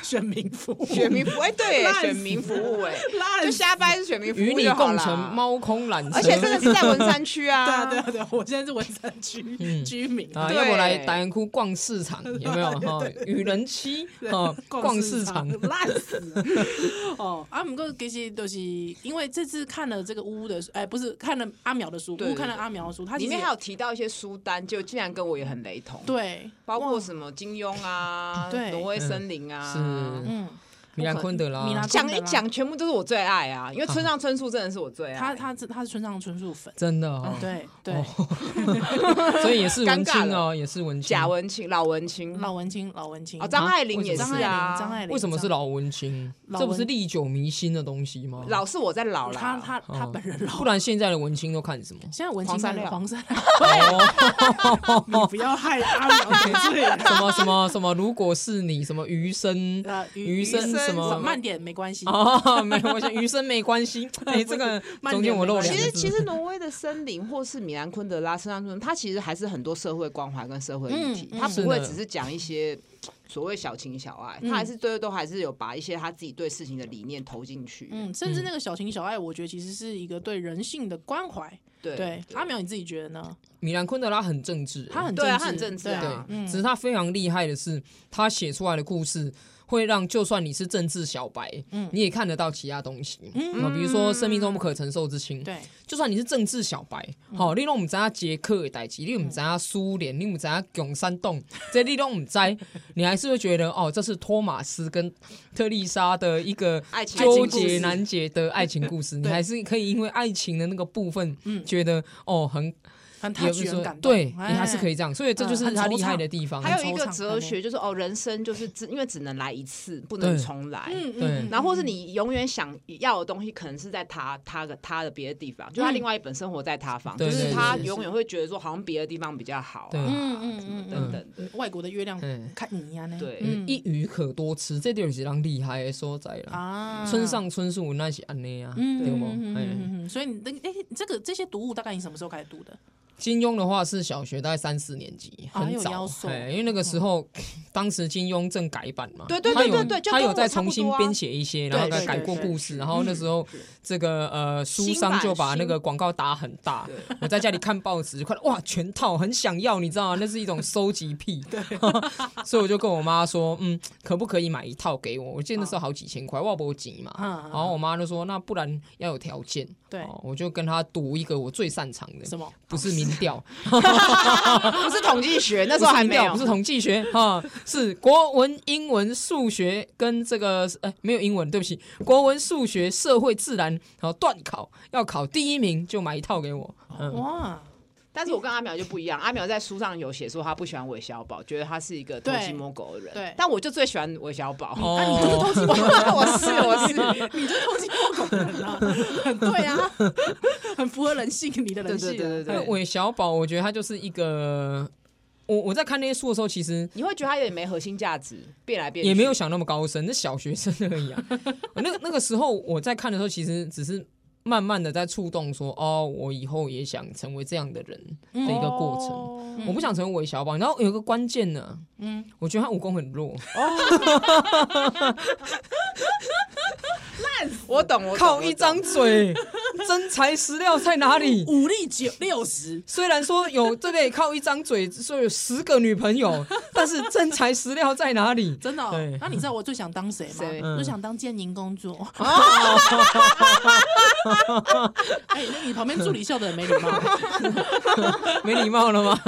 Speaker 1: 选民服务，
Speaker 2: 选民服务，哎，对 耶，
Speaker 1: 烂死
Speaker 2: 选民服务，哎，
Speaker 1: 拉
Speaker 2: 就
Speaker 1: 人
Speaker 2: 下班是选民服 务
Speaker 3: 与你
Speaker 2: 就好
Speaker 3: 共
Speaker 2: 啦
Speaker 3: 乘，猫空缆车，
Speaker 2: 而且真的是在文山区
Speaker 1: 对啊
Speaker 2: 啊，
Speaker 1: 对啊对啊，我现在是文山区居民，
Speaker 3: 啊，
Speaker 2: 对
Speaker 3: 要不来达人窟逛市场，有没有 哈？与人妻哈逛市场，
Speaker 1: 烂死了哦！啊，不过其实就是因为这次看了这个乌的，哎，不是看了阿淼的书，
Speaker 2: 对对
Speaker 1: 乌看了阿淼的书，它
Speaker 2: 里面还
Speaker 1: 有
Speaker 2: 有提到一些书单，就竟然跟我也很雷同，
Speaker 1: 对，
Speaker 2: 包括
Speaker 1: 哇
Speaker 2: 什么金庸啊、
Speaker 1: 对
Speaker 2: 挪威森林啊，
Speaker 3: 是
Speaker 1: 嗯，
Speaker 3: 米兰昆德拉，
Speaker 1: 米兰
Speaker 2: 讲一讲，全部都是我最爱啊，因为村上春树真的是我最爱。
Speaker 1: 他他是他是村上春树粉，
Speaker 3: 真的哦，
Speaker 1: 对对
Speaker 3: 哦，所以也是文
Speaker 2: 尴
Speaker 3: 青
Speaker 2: 尬
Speaker 3: 哦，也是文青。
Speaker 2: 假文青、老文青
Speaker 1: 老文青老文青
Speaker 2: 啊，张爱玲
Speaker 3: 为什
Speaker 2: 也
Speaker 3: 么
Speaker 2: 是
Speaker 1: 张爱
Speaker 2: 啊，
Speaker 1: 玲张爱玲
Speaker 3: 为什么是老文青？
Speaker 1: 老文
Speaker 3: 这不是历久弥新的东西吗？
Speaker 2: 老是我在老啦，
Speaker 1: 他他他
Speaker 3: 哦
Speaker 1: 本人老
Speaker 3: 不。然现在的文青都看什么？
Speaker 1: 现在文青
Speaker 2: 黄山
Speaker 1: 看
Speaker 2: 料
Speaker 1: 黄山，
Speaker 3: 哦，
Speaker 1: 你不要害阿淼得罪
Speaker 3: 什么什么什么？如果是你，什么余生
Speaker 1: 呃，
Speaker 3: 余生
Speaker 1: 余
Speaker 3: 什么
Speaker 1: 慢点没关系，
Speaker 3: 哦，没有，我想余生没关系。哎，这个
Speaker 1: 慢点
Speaker 3: 中间我漏
Speaker 1: 没
Speaker 3: 两
Speaker 1: 关
Speaker 2: 其
Speaker 1: 系
Speaker 2: 实，
Speaker 3: 个字
Speaker 2: 其实挪威的森林或是米兰昆德拉、村上春树，他其实还是很多社会关怀跟社会议题，
Speaker 1: 嗯嗯
Speaker 2: 他不会
Speaker 3: 是的
Speaker 2: 只是讲一些所谓小情小爱，他还是最后都还是有把一些他自己对事情的理念投进去。
Speaker 1: 嗯，甚至那个小情小爱，我觉得其实是一个对人性的关怀。
Speaker 2: 对
Speaker 1: 对，阿淼你自己觉得呢？
Speaker 3: 米兰昆德拉很政治，
Speaker 1: 他很
Speaker 2: 对啊
Speaker 1: 治
Speaker 2: 他很政治
Speaker 1: 对
Speaker 2: 啊
Speaker 3: 对，
Speaker 1: 嗯
Speaker 3: 只是他非常厉害的是，他写出来的故事会让就算你是政治小白，
Speaker 1: 嗯
Speaker 3: 你也看得到其他东西。啊，比如说《生命中不可承受之轻》，
Speaker 1: 对，嗯
Speaker 3: 就算你是政治小白，好、你都唔知道捷克的代志，你唔知道苏联，你唔知道共产 党，这你都唔知，你还是会觉得哦，这是托马斯跟 特丽莎的一个
Speaker 2: 爱情
Speaker 3: 纠
Speaker 2: 故
Speaker 3: 结
Speaker 2: 事
Speaker 3: 难解的爱情 故事，你
Speaker 1: 对
Speaker 3: 还是可以因为爱情的那个部分，
Speaker 1: 嗯
Speaker 3: 觉得哦很
Speaker 1: 很他
Speaker 3: 也不
Speaker 1: 觉
Speaker 3: 是
Speaker 1: 很
Speaker 3: 说
Speaker 1: 感动，
Speaker 3: 对，你
Speaker 1: 哎
Speaker 3: 还是可以这样，所以这就是
Speaker 1: 嗯
Speaker 3: 他
Speaker 1: 很惆
Speaker 3: 厉害
Speaker 1: 怅
Speaker 3: 的地方。
Speaker 2: 还有一个
Speaker 1: 很惆怅
Speaker 2: 哲学就是哦，人生就是只因为只能来一次，不能
Speaker 3: 对
Speaker 2: 重来。
Speaker 1: 嗯嗯
Speaker 3: 对
Speaker 1: 嗯，
Speaker 2: 然后或是你永远想要的东西，可能是在他他的他的别的地方，就他
Speaker 1: 嗯
Speaker 2: 另外一本生活在他方，
Speaker 3: 对
Speaker 2: 就
Speaker 3: 对
Speaker 2: 是
Speaker 3: 对
Speaker 2: 他
Speaker 1: 是是
Speaker 2: 永远会觉得说好像别的地方比较好
Speaker 3: 对
Speaker 2: 啊，
Speaker 1: 嗯嗯嗯
Speaker 2: 等
Speaker 1: 嗯
Speaker 2: 等的。
Speaker 1: 嗯，外国的月亮
Speaker 3: 嗯
Speaker 1: 看你呀呢，
Speaker 2: 对
Speaker 1: 嗯
Speaker 3: 一鱼可多吃，这就是人厉害的所在啦。
Speaker 1: 啊，
Speaker 3: 村上春树那是安尼啊，
Speaker 1: 嗯。
Speaker 3: 对
Speaker 1: 嗯
Speaker 3: 吗
Speaker 1: 嗯嗯
Speaker 3: 哎
Speaker 1: 嗯嗯，所以你那哎，这个这些读物大概你什么时候开始读的？
Speaker 3: 金庸的话是小学大概三四年级，
Speaker 1: 啊
Speaker 3: 很
Speaker 1: 有腰
Speaker 3: 早，
Speaker 1: 瘦
Speaker 3: 哎因为那个时候 当时金庸正改版嘛，
Speaker 2: 嗯对对
Speaker 3: 他
Speaker 2: 对
Speaker 3: 有
Speaker 2: 对对就
Speaker 3: 他
Speaker 2: 跟
Speaker 3: 有
Speaker 2: 我
Speaker 3: 再
Speaker 2: 差不
Speaker 3: 重新
Speaker 2: 多啊
Speaker 3: 编写一些，然后
Speaker 1: 对
Speaker 3: 再
Speaker 1: 对
Speaker 3: 改
Speaker 1: 对
Speaker 3: 过
Speaker 1: 对
Speaker 3: 故事，然后那时候这个呃书
Speaker 2: 嗯新
Speaker 3: 商
Speaker 2: 版
Speaker 3: 就把那
Speaker 2: 新
Speaker 3: 个广告打很大
Speaker 2: 对，
Speaker 3: 我在家里看报纸就看哇全套很想要，你知道吗？那是一种收集 癖， 所以我就跟我妈说，嗯，可不可以买一套给我？我记得那时候好几千块，我不急
Speaker 2: 啊
Speaker 3: 嘛，
Speaker 1: 嗯嗯
Speaker 3: 然后我妈就说那不然要有条件，
Speaker 1: 对
Speaker 3: 哦我就跟她赌一个我最擅长的
Speaker 1: 什么？
Speaker 3: 不是民调，
Speaker 2: 不是统计 学， 那时候还没有，
Speaker 3: 不是统计学哈，是国文、英文、数学跟这个呃没有英文，对不起，国文、数学、社会、自然，然后断考要考第一名就买一套给我，嗯，
Speaker 1: 哇，
Speaker 2: 但是我跟阿淼就不一样，阿淼在书上有写说他不喜欢韦小宝，觉得他是一个偷鸡摸狗的人。
Speaker 1: 对对
Speaker 2: 但我就最喜欢韦小宝。
Speaker 3: 哦
Speaker 1: 啊，你就是偷鸡摸狗，
Speaker 2: 我 是我是，
Speaker 1: 你就是偷鸡摸狗的人啊，很对啊，很符合人性，你的人性啊，
Speaker 2: 对对对对对
Speaker 3: 那韦小宝，我觉得他就是一个，我我在看那些书的时候，其实。
Speaker 2: 你会觉得他有点没核心价值，变来变去
Speaker 3: 也没有想那么高深，那小学生而已啊。我 那那个时候我在看的时候，其实只是慢慢的在触动说，哦，我以后也想成为这样的人的一个过程。嗯
Speaker 2: 哦
Speaker 3: 我不想成为韦小宝。然后有一个关键呢，
Speaker 1: 嗯
Speaker 3: 嗯，我觉得他武功很弱，
Speaker 2: 我懂，我懂
Speaker 3: 靠一，张嘴真材实料在哪里？
Speaker 1: 武力九六十，
Speaker 3: 虽然说有这类靠一张嘴说有十个女朋友，但是真材实料在哪里？
Speaker 1: 真的哦、
Speaker 3: 对嗯哦
Speaker 1: 那你知道我最想当谁吗？
Speaker 2: 谁
Speaker 1: 我最想当建宁公 主。 哎、那你旁边助理笑的没礼 貌，
Speaker 3: 没礼貌了吗？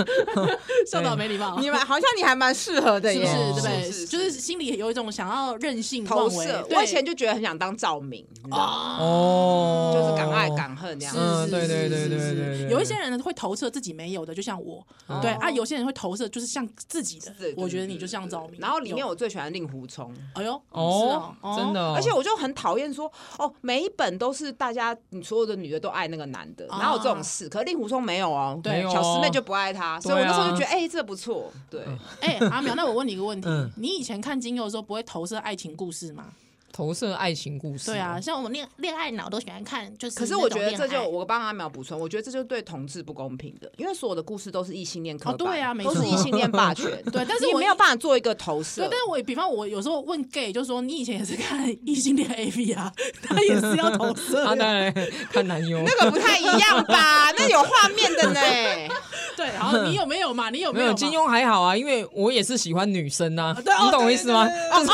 Speaker 1: 笑到没礼貌，
Speaker 2: 你们好像你还蛮适合的
Speaker 1: 是不
Speaker 2: 耶，
Speaker 1: 是？对不
Speaker 2: 是
Speaker 1: 对？
Speaker 2: 是
Speaker 1: 就是心里有一种想要任性
Speaker 2: 投
Speaker 1: 妄为
Speaker 2: 射。。
Speaker 1: 对
Speaker 2: 我以前就觉得很想当照明，啊，
Speaker 3: 哦，
Speaker 2: 就是敢爱敢恨这样。
Speaker 3: 嗯
Speaker 1: 是
Speaker 3: 对
Speaker 1: 是
Speaker 3: 对对
Speaker 1: 是
Speaker 3: 对
Speaker 1: 是
Speaker 3: 对对对
Speaker 1: 有一些人会投射自己没有的，就像我，
Speaker 3: 哦
Speaker 1: 对啊，有些人会投射就是像自己的
Speaker 2: 对，对
Speaker 1: 我觉得你
Speaker 2: 对
Speaker 1: 就
Speaker 2: 对
Speaker 1: 像赵明。
Speaker 2: 然后里面
Speaker 1: 有，
Speaker 2: 我最喜欢令狐冲，
Speaker 1: 哎呦，
Speaker 3: 哦
Speaker 1: 是，哦
Speaker 3: 真的哦，
Speaker 2: 而且我就很讨厌说哦，每一本都是大家你所有的女的都爱那个男的，
Speaker 1: 啊
Speaker 2: 哪有这种事？可是令狐冲没有哦，
Speaker 1: 对没啊有
Speaker 3: 哦
Speaker 2: 小师妹就不爱他，所以我那时候就觉得哎，这不错，对，
Speaker 1: 哎、阿淼，那我问你一个问题
Speaker 3: 嗯：
Speaker 1: 你以前看金佑的时候，不会投射爱情故事吗？
Speaker 3: 投射爱情故事，
Speaker 1: 对啊，，像我们恋恋爱脑都喜欢看，就是
Speaker 2: 可
Speaker 1: 那
Speaker 2: 是
Speaker 1: 种
Speaker 2: 我觉
Speaker 1: 恋
Speaker 2: 得
Speaker 1: 爱。
Speaker 2: 这就我帮阿淼补充，我觉得这就对同志不公平的，因为所有的故事都是异性恋刻板，
Speaker 1: 哦对啊没错
Speaker 2: 都是异性恋霸权，
Speaker 1: 对但是
Speaker 2: 你
Speaker 1: 我
Speaker 2: 没有办法做一个投射
Speaker 1: 对，，但是我比方我有时候问 gay，就说你以前也是看异性恋 A V 啊， 他也是要投射
Speaker 3: 他
Speaker 1: 的，
Speaker 3: 当然看 男优，
Speaker 2: 那个不太一样吧？那有画面的呢，
Speaker 1: 对。然后你有没有嘛？你有
Speaker 3: 没
Speaker 1: 有
Speaker 3: 有
Speaker 1: 嘛？
Speaker 3: 金庸还好啊，因为我也是喜欢女生啊，
Speaker 1: 对哦
Speaker 3: 你懂我意思吗？就是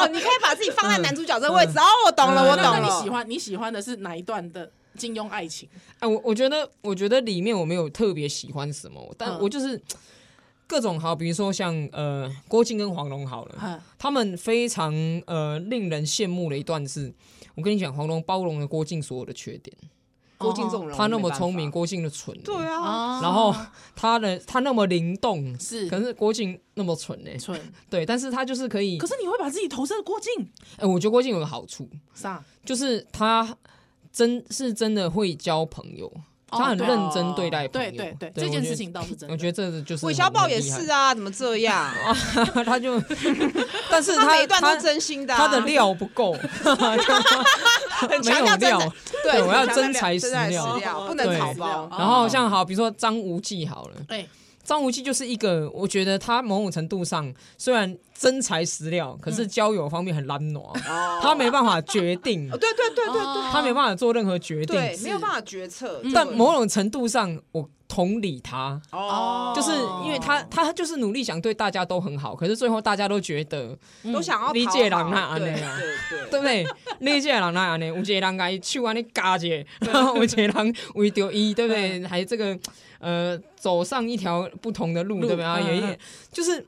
Speaker 2: 哦，你可以把自己放在男主角这个位置，哦，我懂了，
Speaker 3: 嗯
Speaker 2: 我
Speaker 1: 那
Speaker 2: 懂
Speaker 1: 那你喜
Speaker 2: 了。
Speaker 1: 欢你喜欢的是哪一段的金庸爱情？
Speaker 3: 哎，我我觉得，我觉得里面我没有特别喜欢什么，但
Speaker 1: 嗯
Speaker 3: 我就是各种好，比如说像呃郭靖跟黄蓉好了，
Speaker 1: 哈
Speaker 3: 他们非常呃令人羡慕的一段是，我跟你讲，黄蓉包容了郭靖所有的缺点，
Speaker 2: 郭靖这种人，
Speaker 3: 他那
Speaker 2: 我没
Speaker 3: 么
Speaker 2: 办法
Speaker 3: 聪明，，郭靖的蠢，
Speaker 2: 对啊，
Speaker 1: 哦
Speaker 3: 然后他的他那么灵动，
Speaker 1: 是
Speaker 3: 可是郭靖那么蠢呢、
Speaker 1: 蠢，
Speaker 3: 对，但是他就是可以
Speaker 1: 可，是你会把自己投射郭靖
Speaker 3: 哎、我觉得郭靖有个好处，
Speaker 1: 啥？
Speaker 3: 就是他真是真的会交朋友，
Speaker 1: 哦
Speaker 3: 他很
Speaker 1: 对哦
Speaker 3: 认真对待朋
Speaker 1: 对
Speaker 3: 友。
Speaker 1: 对对，这件事情倒是真的。
Speaker 3: 我觉得，我觉得这是就是
Speaker 2: 韦小宝也
Speaker 3: 很
Speaker 2: 是
Speaker 3: 厉
Speaker 2: 啊，怎么这样？
Speaker 3: 害， 他就，但是
Speaker 2: 他
Speaker 3: 他
Speaker 2: 每一段都
Speaker 3: 他
Speaker 2: 真心的啊，
Speaker 3: 他的料不 够，
Speaker 2: 很
Speaker 3: 没
Speaker 2: 强
Speaker 3: 有
Speaker 2: 调真
Speaker 3: 料
Speaker 2: 材，。对，
Speaker 3: 我
Speaker 2: 强
Speaker 3: 要
Speaker 2: 调
Speaker 3: 真材实
Speaker 2: 真
Speaker 3: 料
Speaker 2: 材不能
Speaker 3: 对
Speaker 2: 草包。
Speaker 1: 哦
Speaker 3: 然后像好，比如说张无忌好了，
Speaker 1: 哎，
Speaker 3: 张无忌就是一个，我觉得他某种程度上虽然真材实料，可是交友方面很懒惰，啊他没办法决定
Speaker 2: 哦，，对对对对对
Speaker 3: 他没办法做任何决定，
Speaker 2: 对，没有办法决策。
Speaker 3: 但某种程度上我同理他，
Speaker 2: 哦，
Speaker 3: 就是因为他他就是努力想对大家都很好，可是最后大家都觉得
Speaker 2: 都想要
Speaker 3: 理
Speaker 2: 讨
Speaker 3: 解
Speaker 2: 好
Speaker 3: 人啊
Speaker 2: 对
Speaker 3: 这样
Speaker 2: 对对
Speaker 3: 对
Speaker 2: 对。
Speaker 3: 不对？那些人那安尼，有一个人甲伊手安尼夹者，然 后有一个人为着伊，对不
Speaker 1: 嗯
Speaker 3: 对？还这个呃，走上一条不同的路，对不对？啊，
Speaker 1: 嗯
Speaker 3: 有一
Speaker 1: 嗯
Speaker 3: 就是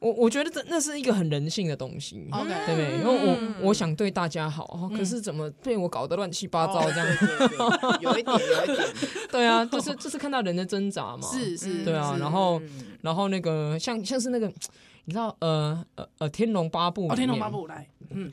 Speaker 3: 我我觉得这那是一个很人性的东西。
Speaker 1: OK，
Speaker 3: 嗯对不对？因为
Speaker 1: 嗯
Speaker 3: 我我想对大家好，哦可是怎么被我搞得乱七八糟
Speaker 1: 哦
Speaker 3: 这样？
Speaker 2: 对对对有一点，有一点，
Speaker 3: 对啊，就是就是看到人的挣扎嘛。
Speaker 1: 是
Speaker 2: 嗯
Speaker 1: 是，
Speaker 3: 对啊
Speaker 1: 是
Speaker 3: 然后然后那个像像是那个，你知道呃呃呃，《天龙八部》
Speaker 1: 哦，
Speaker 3: 里
Speaker 1: 天龙
Speaker 3: 面
Speaker 1: 八部来，嗯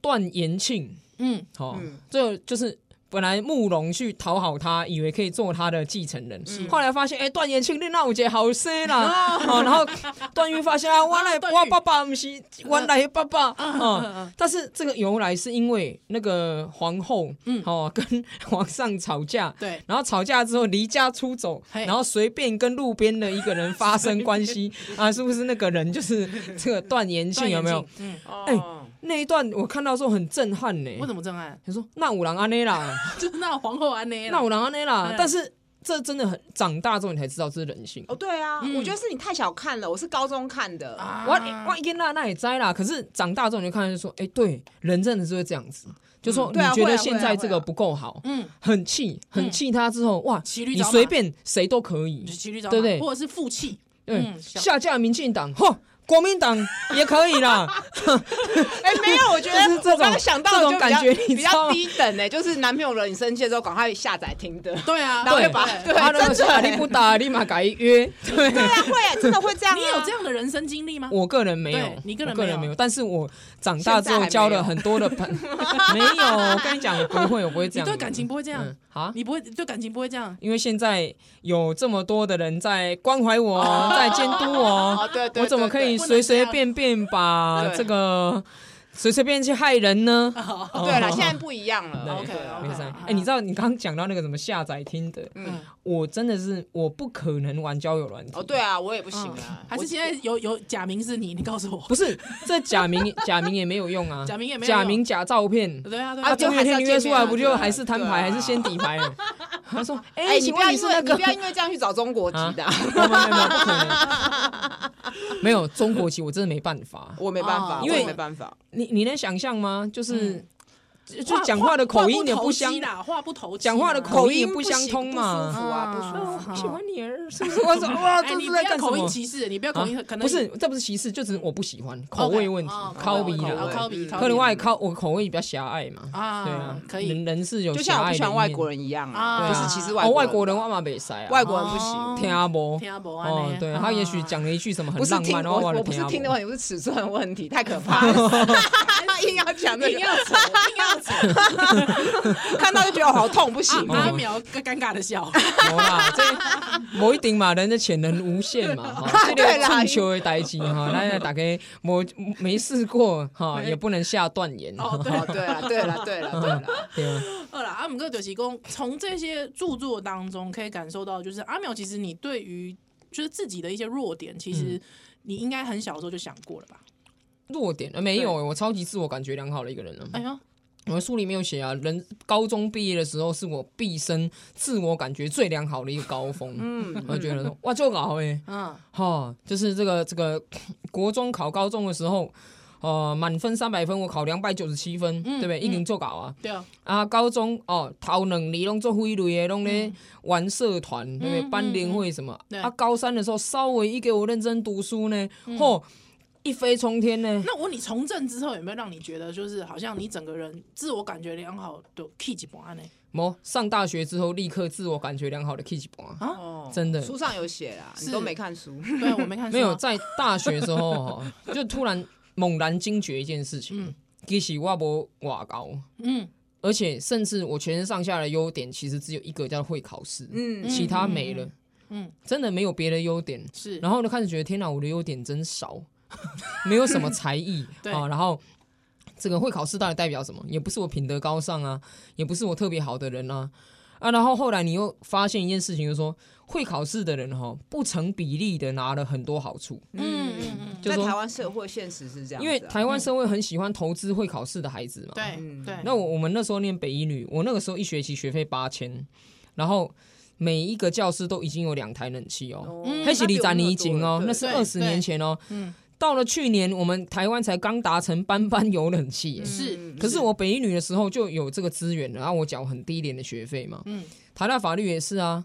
Speaker 3: 段延庆，
Speaker 1: 嗯，
Speaker 3: 哦
Speaker 2: 嗯，
Speaker 3: 这、就是本来慕容去讨好他，以为可以做他的继承人，
Speaker 1: 嗯
Speaker 3: 后来发现，哎、段延庆你那有一个好生 啦，哦，然后段誉发现啊，我来
Speaker 1: 段誉
Speaker 3: 我爸爸不是我来的爸爸，
Speaker 1: 嗯
Speaker 3: 哦
Speaker 1: 嗯，
Speaker 3: 但是这个由来是因为那个皇后，
Speaker 1: 嗯
Speaker 3: 哦，跟 皇上吵架，
Speaker 1: 对
Speaker 3: 然后吵架之后离家出走，
Speaker 1: 嘿
Speaker 3: 然后随便跟路边的一个人发生 关系啊，是不是那个人就是这个段延庆
Speaker 1: 段
Speaker 3: 有没有
Speaker 1: 延？庆？嗯，
Speaker 2: 哦
Speaker 3: 哎那一段我看到的时候很震撼呢、
Speaker 1: 为什么这样爱？
Speaker 3: 他说：“那五郎阿内 啦，
Speaker 1: 就是 那皇后安呢？
Speaker 3: 那五郎阿内啦
Speaker 1: 嗯。”
Speaker 3: 但是这真的很长大之后你才知道这是人性。
Speaker 2: 哦，对啊，我觉得是你太小看了，我是高中看的，
Speaker 1: 啊
Speaker 3: 我我一天那那也栽啦，可是长大之后你就看就说，哎、对，人真的是会这样子，就说
Speaker 2: 嗯
Speaker 3: 你
Speaker 2: 对啊
Speaker 3: 觉
Speaker 2: 会
Speaker 3: 得
Speaker 2: 啊
Speaker 3: 现在这个不够好，
Speaker 1: 嗯，
Speaker 3: 很气，很气他之后，
Speaker 2: 嗯
Speaker 3: 哇，
Speaker 1: 骑驴
Speaker 3: 你
Speaker 1: 找马
Speaker 3: 随便谁都可以
Speaker 1: 就，骑驴找马，
Speaker 3: 对不对
Speaker 1: 或者是负气，
Speaker 3: 对
Speaker 1: 嗯，小
Speaker 3: 下架民进党，嚯，国民党也可以啦，
Speaker 2: 哎，没有，我觉得
Speaker 3: 就是这种
Speaker 2: 我刚刚想到的就比较
Speaker 3: 这种感觉你
Speaker 2: 比
Speaker 3: 知道
Speaker 2: 较
Speaker 3: 吗
Speaker 2: 低等呢，就是男朋友惹你生气的时候，赶快下载听的，
Speaker 1: 对 啊，
Speaker 2: 然后就
Speaker 3: 对
Speaker 2: 把 对，
Speaker 3: 他如果
Speaker 2: 真
Speaker 3: 说啊你
Speaker 2: 的
Speaker 3: 不打，立马改约，对。
Speaker 2: 对啊，会真的会这 样啊，
Speaker 1: 你也有这样的人生经历吗？
Speaker 3: 我个人没有
Speaker 1: 对，你个人
Speaker 3: 我个
Speaker 1: 没有
Speaker 3: 人没有，但是我长大之
Speaker 2: 现在还
Speaker 3: 后
Speaker 2: 没有
Speaker 3: 交了很多的朋， 没有，我跟你讲，我不会，我不会这
Speaker 1: 你
Speaker 3: 样，
Speaker 1: 对感情不会这样
Speaker 3: 嗯，好。
Speaker 1: 你不会对感情不会这样，
Speaker 3: 因为现在有这么多的人在关怀我，在监督我，
Speaker 2: 哦，对对，
Speaker 3: 我怎么
Speaker 2: 对
Speaker 3: 可以
Speaker 2: 对
Speaker 3: 随随便便把
Speaker 2: 对
Speaker 3: 这个随随便去害人呢？
Speaker 1: 哦
Speaker 2: 对了，现在不一样
Speaker 3: 对
Speaker 2: 了。
Speaker 1: OK，
Speaker 3: 没事
Speaker 1: OK，
Speaker 3: 哎，你知道你刚刚讲到那个什么下载听的，
Speaker 1: 嗯，
Speaker 3: 我真的是我不可能玩交友软体。
Speaker 2: 哦，对啊，我也不行
Speaker 1: 嗯
Speaker 2: 啊，
Speaker 1: 还是
Speaker 2: 我
Speaker 1: 现在有有假名是你，你告诉我，
Speaker 3: 不是这假名假名也没有用啊，
Speaker 1: 假名也没有
Speaker 3: 假名假照片。
Speaker 1: 对啊，对
Speaker 2: 啊
Speaker 1: 啊，
Speaker 2: 就
Speaker 3: 中
Speaker 2: 还
Speaker 3: 元
Speaker 2: 是要
Speaker 3: 天你约出来不
Speaker 2: 见
Speaker 3: 就
Speaker 2: 面啊
Speaker 3: 还是摊
Speaker 2: 对啊
Speaker 3: 牌还是先底 牌了？他说：“
Speaker 2: 哎，
Speaker 3: 哎，
Speaker 2: 你
Speaker 3: 请
Speaker 2: 不要
Speaker 3: 问
Speaker 2: 因
Speaker 3: 是
Speaker 2: 为
Speaker 3: 那
Speaker 2: 你
Speaker 3: 个
Speaker 2: 不要因为这样去找中国籍的啊，
Speaker 3: 没有没有没有，不可能。 没有中国籍，我真的没办法。
Speaker 2: 我没办法，
Speaker 1: 哦
Speaker 2: 我
Speaker 3: 因为
Speaker 2: 没办法。
Speaker 3: 你你能想象吗？就是、
Speaker 1: 嗯
Speaker 3: 就就讲话的口音也
Speaker 1: 不投机
Speaker 3: 相，
Speaker 1: 啦，话不投机啦，
Speaker 3: 讲话的
Speaker 2: 口
Speaker 3: 口音
Speaker 2: 音
Speaker 3: 也不相通嘛
Speaker 2: 不行不舒服啊，不舒服。
Speaker 3: 我不喜欢你儿，是不 是？
Speaker 2: 我说哇，
Speaker 1: 哎，
Speaker 2: 这
Speaker 1: 你
Speaker 2: 是
Speaker 1: 不
Speaker 2: 在
Speaker 1: 要
Speaker 2: 干什
Speaker 1: 口音
Speaker 2: 么？
Speaker 1: 歧视，你不要口音，可能
Speaker 3: 不是，这不是歧视，就只是我不喜欢口味问题，
Speaker 1: 口
Speaker 2: 哦口
Speaker 3: 口味
Speaker 2: 味
Speaker 3: 啦。
Speaker 1: 靠鼻，
Speaker 2: 口
Speaker 3: 可能
Speaker 1: 外
Speaker 3: 外靠我口味比较狭隘嘛，
Speaker 1: 啊
Speaker 3: 对啊，
Speaker 1: 可以
Speaker 3: 人人是有
Speaker 2: 就像我不喜欢外国
Speaker 3: 人，
Speaker 2: 人一样
Speaker 1: 啊
Speaker 2: 啊，就是其实
Speaker 3: 哦，外国
Speaker 2: 人
Speaker 3: 人我嘛没塞啊，
Speaker 2: 外国人不行
Speaker 1: 哦。
Speaker 3: 听阿伯，
Speaker 1: 听不懂
Speaker 3: 哦
Speaker 1: 安，尼
Speaker 3: 对
Speaker 1: 啊
Speaker 3: 他也许讲了一句什么
Speaker 2: 不
Speaker 3: 很
Speaker 2: 是
Speaker 3: 浪
Speaker 2: 听
Speaker 3: 漫，然后
Speaker 2: 我
Speaker 3: 我
Speaker 2: 我不是听的
Speaker 3: 话，
Speaker 2: 问题，我是尺寸的问题，太可怕了。 硬要讲这
Speaker 1: 硬要
Speaker 2: 个，
Speaker 1: 扯，硬要扯， 啊
Speaker 2: 看到就觉得好痛，不行。
Speaker 1: 阿苗尴尴尬的笑，
Speaker 3: 有啦，这无一定嘛，人的潜能无限 嘛，哈，这
Speaker 2: 对
Speaker 3: 个
Speaker 2: 啦
Speaker 3: 蹭球的代志 哈，咱大家无没试过哈，也不能下断言哈
Speaker 1: 哦，对
Speaker 2: 哦，对了，对了，对了，对了，
Speaker 3: 对啊，
Speaker 1: 好啦，阿姆哥就是公从这些著作当中可以感受到，就是阿苗其实你对于就是自己的一些弱点，其
Speaker 3: 嗯
Speaker 1: 实你应该很小的时候就想过了吧？
Speaker 3: 弱点呃没有欸，我超级自我感觉良好的一个人呢。
Speaker 1: 哎呦，
Speaker 3: 我的书里没有写啊，人高中毕业的时候是我毕生自我感觉最良好的一个高峰。
Speaker 2: 嗯
Speaker 3: 我就觉得说哇，就搞哎，
Speaker 1: 嗯，
Speaker 3: 哈，就是这个这个国中考高中的时候。呃，满分三百分，我考两百九十七分，
Speaker 1: 嗯
Speaker 3: 对不对？
Speaker 1: 嗯
Speaker 3: 一零做搞啊，
Speaker 1: 对啊，
Speaker 3: 啊，高中哦，头两年拢做挥泪的，拢咧玩社团，对不对？
Speaker 1: 嗯
Speaker 3: 班联会什么？
Speaker 1: 对
Speaker 3: 啊，高三的时候稍微一给我认真读书呢，
Speaker 1: 嗯
Speaker 3: 嚯、一飞冲天呢。
Speaker 1: 那我问你从政之后有没有让你觉得就是好像你整个人自我感觉良好的 key 几波呢？
Speaker 3: 冇上大学之后，立刻自我感觉良好的 Kitty 啊，
Speaker 2: 哦
Speaker 3: 真的
Speaker 2: 书上有写啦，
Speaker 1: 是
Speaker 2: 你都没看书。
Speaker 1: 对啊，我没 看
Speaker 3: 没有
Speaker 1: 在
Speaker 3: 在大学之后 哈，哦就突然猛然惊觉一件事情，
Speaker 1: 嗯
Speaker 3: 其实我无瓦高，
Speaker 1: 嗯，
Speaker 3: 而且甚至我全身上下的优点其实只有一个，叫会考试，
Speaker 2: 嗯，
Speaker 3: 其他没了，
Speaker 1: 嗯，
Speaker 3: 真的没有别的优点。
Speaker 1: 是，
Speaker 3: 然后就开始觉得天哪，我的优点真少， 没有什么 才艺
Speaker 1: 对
Speaker 3: 啊。然后这个会考试到底代表什么？也不是我品德高尚啊，也不是我特别好的人啊啊。然后后来你又发现一件事情，就是说会考试的人哈、不成比例的拿了很多好处，
Speaker 1: 嗯嗯嗯，
Speaker 3: 就
Speaker 2: 在
Speaker 3: 说
Speaker 2: 台湾社会现实是这样子啊，
Speaker 3: 因为台湾社会很喜欢投资会考试的孩子嘛。
Speaker 1: 对
Speaker 2: 嗯
Speaker 1: 对，
Speaker 3: 那我我们那时候念北一女，我那个时候一学期学费八千，然后每一个教室都已经有两台冷气哦。
Speaker 2: 哦
Speaker 1: 嗯
Speaker 3: 黑喜里展尼景哦，那
Speaker 2: 那
Speaker 3: 是
Speaker 1: 对
Speaker 3: 二十年前哦。
Speaker 1: 嗯
Speaker 3: 到了去年，我们台湾才刚达成班班有冷气耶。
Speaker 1: 嗯是，
Speaker 3: 可是我北一女的时候就有这个资源了，然后我缴很低廉的学费嘛。
Speaker 1: 嗯
Speaker 3: 台大法律也是啊，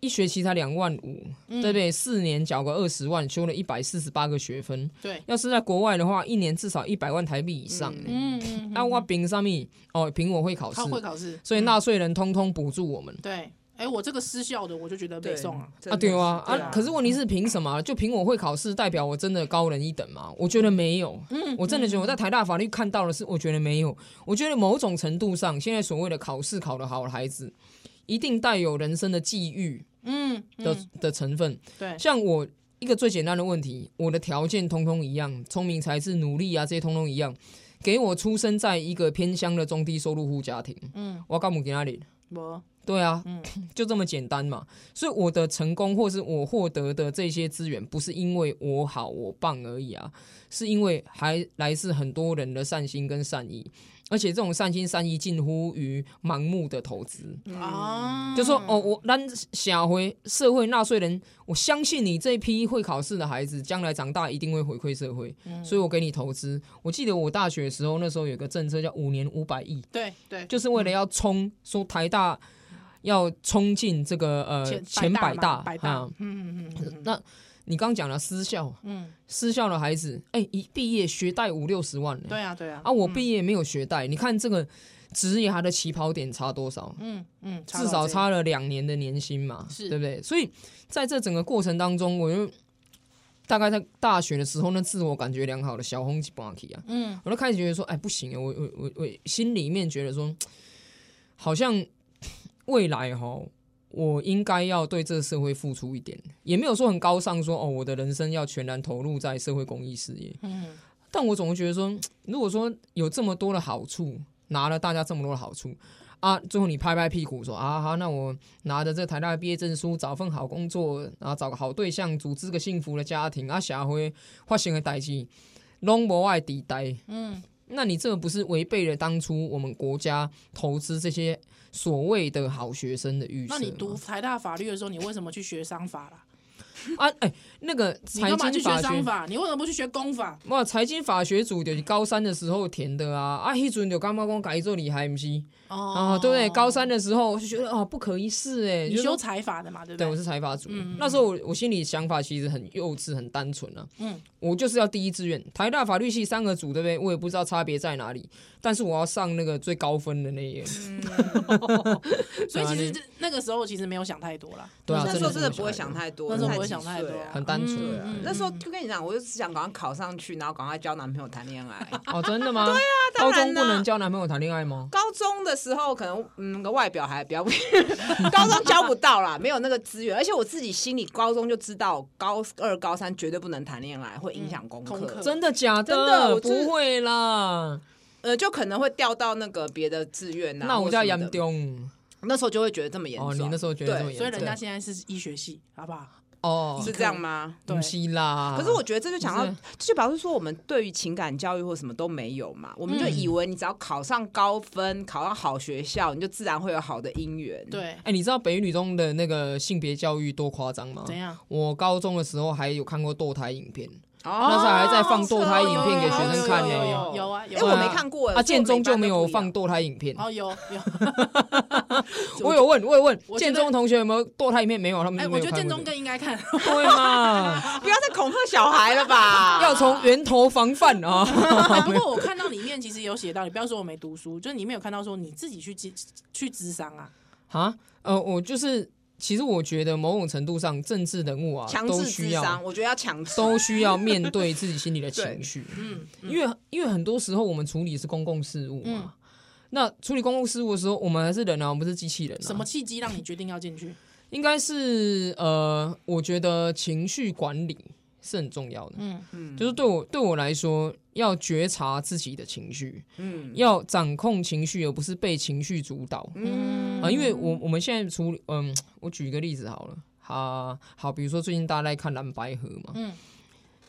Speaker 3: 一学期才两万五、
Speaker 1: 嗯
Speaker 3: 对不对？四年缴个二十万，修了一百四十八个学分。
Speaker 1: 对，
Speaker 3: 要是在国外的话，一年至少一百万台币以上。
Speaker 2: 嗯
Speaker 1: 嗯嗯，
Speaker 3: 那、我凭什么？哦，凭我会考试
Speaker 1: 他，会考嗯试，
Speaker 3: 所以纳税人通通补助我们。
Speaker 1: 对，哎，我这个失效的我就觉得北宋啊，
Speaker 3: 啊，对啊，
Speaker 1: 对啊
Speaker 3: 啊，可是问题是凭什么啊？就凭我会考试，代表我真的高人一等吗？我觉得没有，
Speaker 1: 嗯
Speaker 3: 我真的觉得我在台大法律看到的是，我觉得没有。我觉得某种程度上，现在所谓的考试考得好的孩子，一定带有人生的际遇
Speaker 1: 嗯
Speaker 3: 的
Speaker 1: 嗯
Speaker 3: 的成分。
Speaker 1: 对，
Speaker 3: 像我一个最简单的问题，我的条件通通一样，聪明才智、努力啊这些通通一样。给我出生在一个偏乡的中低收入户家庭，
Speaker 1: 嗯，
Speaker 3: 我干母给那里，
Speaker 1: 我
Speaker 3: 对啊，
Speaker 1: 嗯
Speaker 3: 就这么简单嘛。所以我的成功或是我获得的这些资源，不是因为我好我棒而已啊，是因为还来自很多人的善心跟善意，而且这种善心善意近乎于盲目的投资，
Speaker 1: 啊，
Speaker 3: 就说哦，我让下回社会纳税人，我相信你这批会考试的孩子，将来长大一定会回馈社会，
Speaker 1: 嗯
Speaker 3: 所以我给你投资。我记得我大学的时候，那时候有个政策叫五年五百亿，
Speaker 1: 对对，
Speaker 3: 就是为了要冲，说台大要冲进这个呃
Speaker 1: 前
Speaker 3: 前
Speaker 1: 百
Speaker 3: 百
Speaker 1: 大嘛
Speaker 3: 大
Speaker 1: 百大
Speaker 3: 啊，。
Speaker 1: 嗯嗯嗯
Speaker 3: 那你刚讲了私校，
Speaker 1: 嗯，
Speaker 3: 私校的孩子，哎，一毕业学贷五六十万呢。
Speaker 1: 对啊对啊，
Speaker 3: 啊，我毕业没有学贷，你看这个职涯的起跑点差多少？
Speaker 1: 嗯嗯，
Speaker 3: 至少
Speaker 1: 差到
Speaker 3: 差了两年的年薪嘛，
Speaker 1: 是
Speaker 3: 对不对？所以在这整个过程当中，我就大概在大学的时候，那自我感觉良好的小红旗 b a k 啊，
Speaker 1: 这样，嗯
Speaker 3: 我就开始觉得说，哎，不行啊，我我我我心里面觉得说，好像未来哈，我应该要对这个社会付出一点，也没有说很高尚说哦，我的人生要全然投入在社会公益事业，
Speaker 1: 嗯
Speaker 3: 但我总会觉得说，如果说有这么多的好处，拿了大家这么多的好处啊，最后你拍拍屁股说啊，好，那我拿着这台大的毕业证书，找份好工作，然后找个好对象，组织个幸福的家庭啊，社会发生的代志，拢无爱抵代。
Speaker 1: 嗯，
Speaker 3: 那你这个不是违背了当初我们国家投资这些所谓的好学生的预设
Speaker 1: 那
Speaker 3: 吗？
Speaker 1: 你读台大法律的时候，你为什么去学商法啦？
Speaker 3: 啊？哎、那个
Speaker 1: 你
Speaker 3: 财
Speaker 1: 干嘛去
Speaker 3: 经
Speaker 1: 学
Speaker 3: 法学
Speaker 1: 商法？你为什么不去学公法？
Speaker 3: 哇，财经法学组就是高三的时候填的啊，啊，迄阵就感觉讲改做厉害，不是？
Speaker 1: 哦
Speaker 3: 啊，对不对？高
Speaker 2: 哦
Speaker 3: 三的时候就觉得啊，不可一世哎、
Speaker 1: 你
Speaker 3: 就是
Speaker 1: 修
Speaker 3: 说
Speaker 1: 财法的嘛，对不
Speaker 3: 对，我
Speaker 1: 对？
Speaker 3: 是财法组。
Speaker 1: 嗯嗯
Speaker 3: 那时候我我心里想法其实很幼稚，很单纯啊。
Speaker 1: 嗯，
Speaker 3: 我就是要第一志愿，台大法律系三个组，对不对？我也不知道差别在哪里，但是我要上那个最高分的那一页。
Speaker 2: 嗯
Speaker 1: 所以其实
Speaker 3: 对啊
Speaker 1: 这那个时候其实没有想太多啦，
Speaker 3: 对啊，
Speaker 2: 那时候真的不会
Speaker 3: 太多
Speaker 2: 想太多，
Speaker 1: 那时候
Speaker 2: 才
Speaker 1: 不会
Speaker 2: 几
Speaker 1: 想太
Speaker 2: 岁
Speaker 1: 多
Speaker 2: 啊，
Speaker 3: 很单纯
Speaker 1: 嗯
Speaker 3: 啊
Speaker 1: 嗯嗯
Speaker 2: 那时候就跟你讲，我就只想赶快考上去，然后赶快交男朋友谈恋爱。
Speaker 3: 哦，真的吗？对啊，
Speaker 2: 当
Speaker 3: 高
Speaker 2: 然
Speaker 3: 中
Speaker 2: 啦
Speaker 3: 不能交男朋友谈恋爱吗？
Speaker 2: 高中的时候可能嗯，个外表还比较， 高中交不到啦，没有那个资源。而且我自己心里高中就知道，高二、高三绝对不能谈恋爱，会影响功课，
Speaker 1: 嗯功课
Speaker 3: 真的假
Speaker 2: 真的我就是
Speaker 3: 不会啦，
Speaker 2: 呃，就可能会掉到那个别的志愿啊。
Speaker 3: 那我叫
Speaker 2: 杨
Speaker 3: 杨，丢。
Speaker 2: 那时候就会觉得这么严重。
Speaker 3: 哦，你那时候觉得这
Speaker 2: 对
Speaker 3: 么严
Speaker 1: 所
Speaker 3: 重
Speaker 1: 以人家现在是医学系，好不好？
Speaker 3: 哦
Speaker 2: 是这样吗？
Speaker 1: 对
Speaker 3: 不，是啦。
Speaker 2: 可是我觉得这就讲
Speaker 3: 不是
Speaker 2: 到，就表示说我们对于情感教育或什么都没有嘛，我们
Speaker 3: 嗯
Speaker 2: 就以为你只要考上高分、考上好学校，你就自然会有好的姻缘。，
Speaker 1: 对，
Speaker 3: 哎、你知道北一女中的那个性别教育多夸张吗？
Speaker 1: 怎样？
Speaker 3: 我高中的时候还有看过堕胎影片，
Speaker 2: 哦
Speaker 3: 那时候还在放堕胎影片给学生看
Speaker 1: 有有
Speaker 3: 呢
Speaker 1: 有有啊，
Speaker 2: 哎，
Speaker 1: 有
Speaker 2: 我
Speaker 1: 啊
Speaker 2: 没看过，
Speaker 3: 啊，建中就没有
Speaker 2: 所以我每
Speaker 3: 放
Speaker 2: 班
Speaker 3: 堕胎影片。
Speaker 1: 哦有 有，
Speaker 3: 我有问，我有问
Speaker 1: 我觉得
Speaker 3: 建中同学有没有堕胎影片？没有，他们
Speaker 1: 哎，
Speaker 3: 就没
Speaker 1: 我
Speaker 3: 有
Speaker 1: 觉得
Speaker 3: 看过
Speaker 1: 建中更应该 看，
Speaker 3: 这个对嘛，
Speaker 2: 都不一样，不要再恐吓小孩了吧？
Speaker 3: 要从源头防范啊。
Speaker 1: 哎不过我看到里面其实有写到，你不要说我没读书，就是里面有看到说你自己去咨去咨商啊，
Speaker 3: 啊，呃，我就是，其实我觉得某种程度上，政治人物啊，
Speaker 2: 强
Speaker 3: 都
Speaker 2: 制智
Speaker 3: 需
Speaker 2: 商，
Speaker 3: 要
Speaker 2: 我觉得要强制。
Speaker 3: 都需要面对自己心里的
Speaker 2: 对
Speaker 3: 情绪。
Speaker 1: 嗯，嗯
Speaker 3: 因为因为很多时候我们处理是公共事务
Speaker 1: 嗯
Speaker 3: 嘛，那处理公共事务的时候，我们还是人啊，我们不是机器人、啊。
Speaker 1: 什么？契机让你决定要进去？
Speaker 3: 应该是呃，我觉得情绪管理是很重要的。
Speaker 1: 嗯
Speaker 2: 嗯
Speaker 3: 就是对我对我来说，要觉察自己的情绪，
Speaker 2: 嗯
Speaker 3: 要掌控情绪，而不是被情绪主导
Speaker 2: 嗯
Speaker 3: 啊、因为我我们现在处理，嗯，我举一个例子好了，啊，好，比如说最近大家在看蓝白河嘛，
Speaker 1: 嗯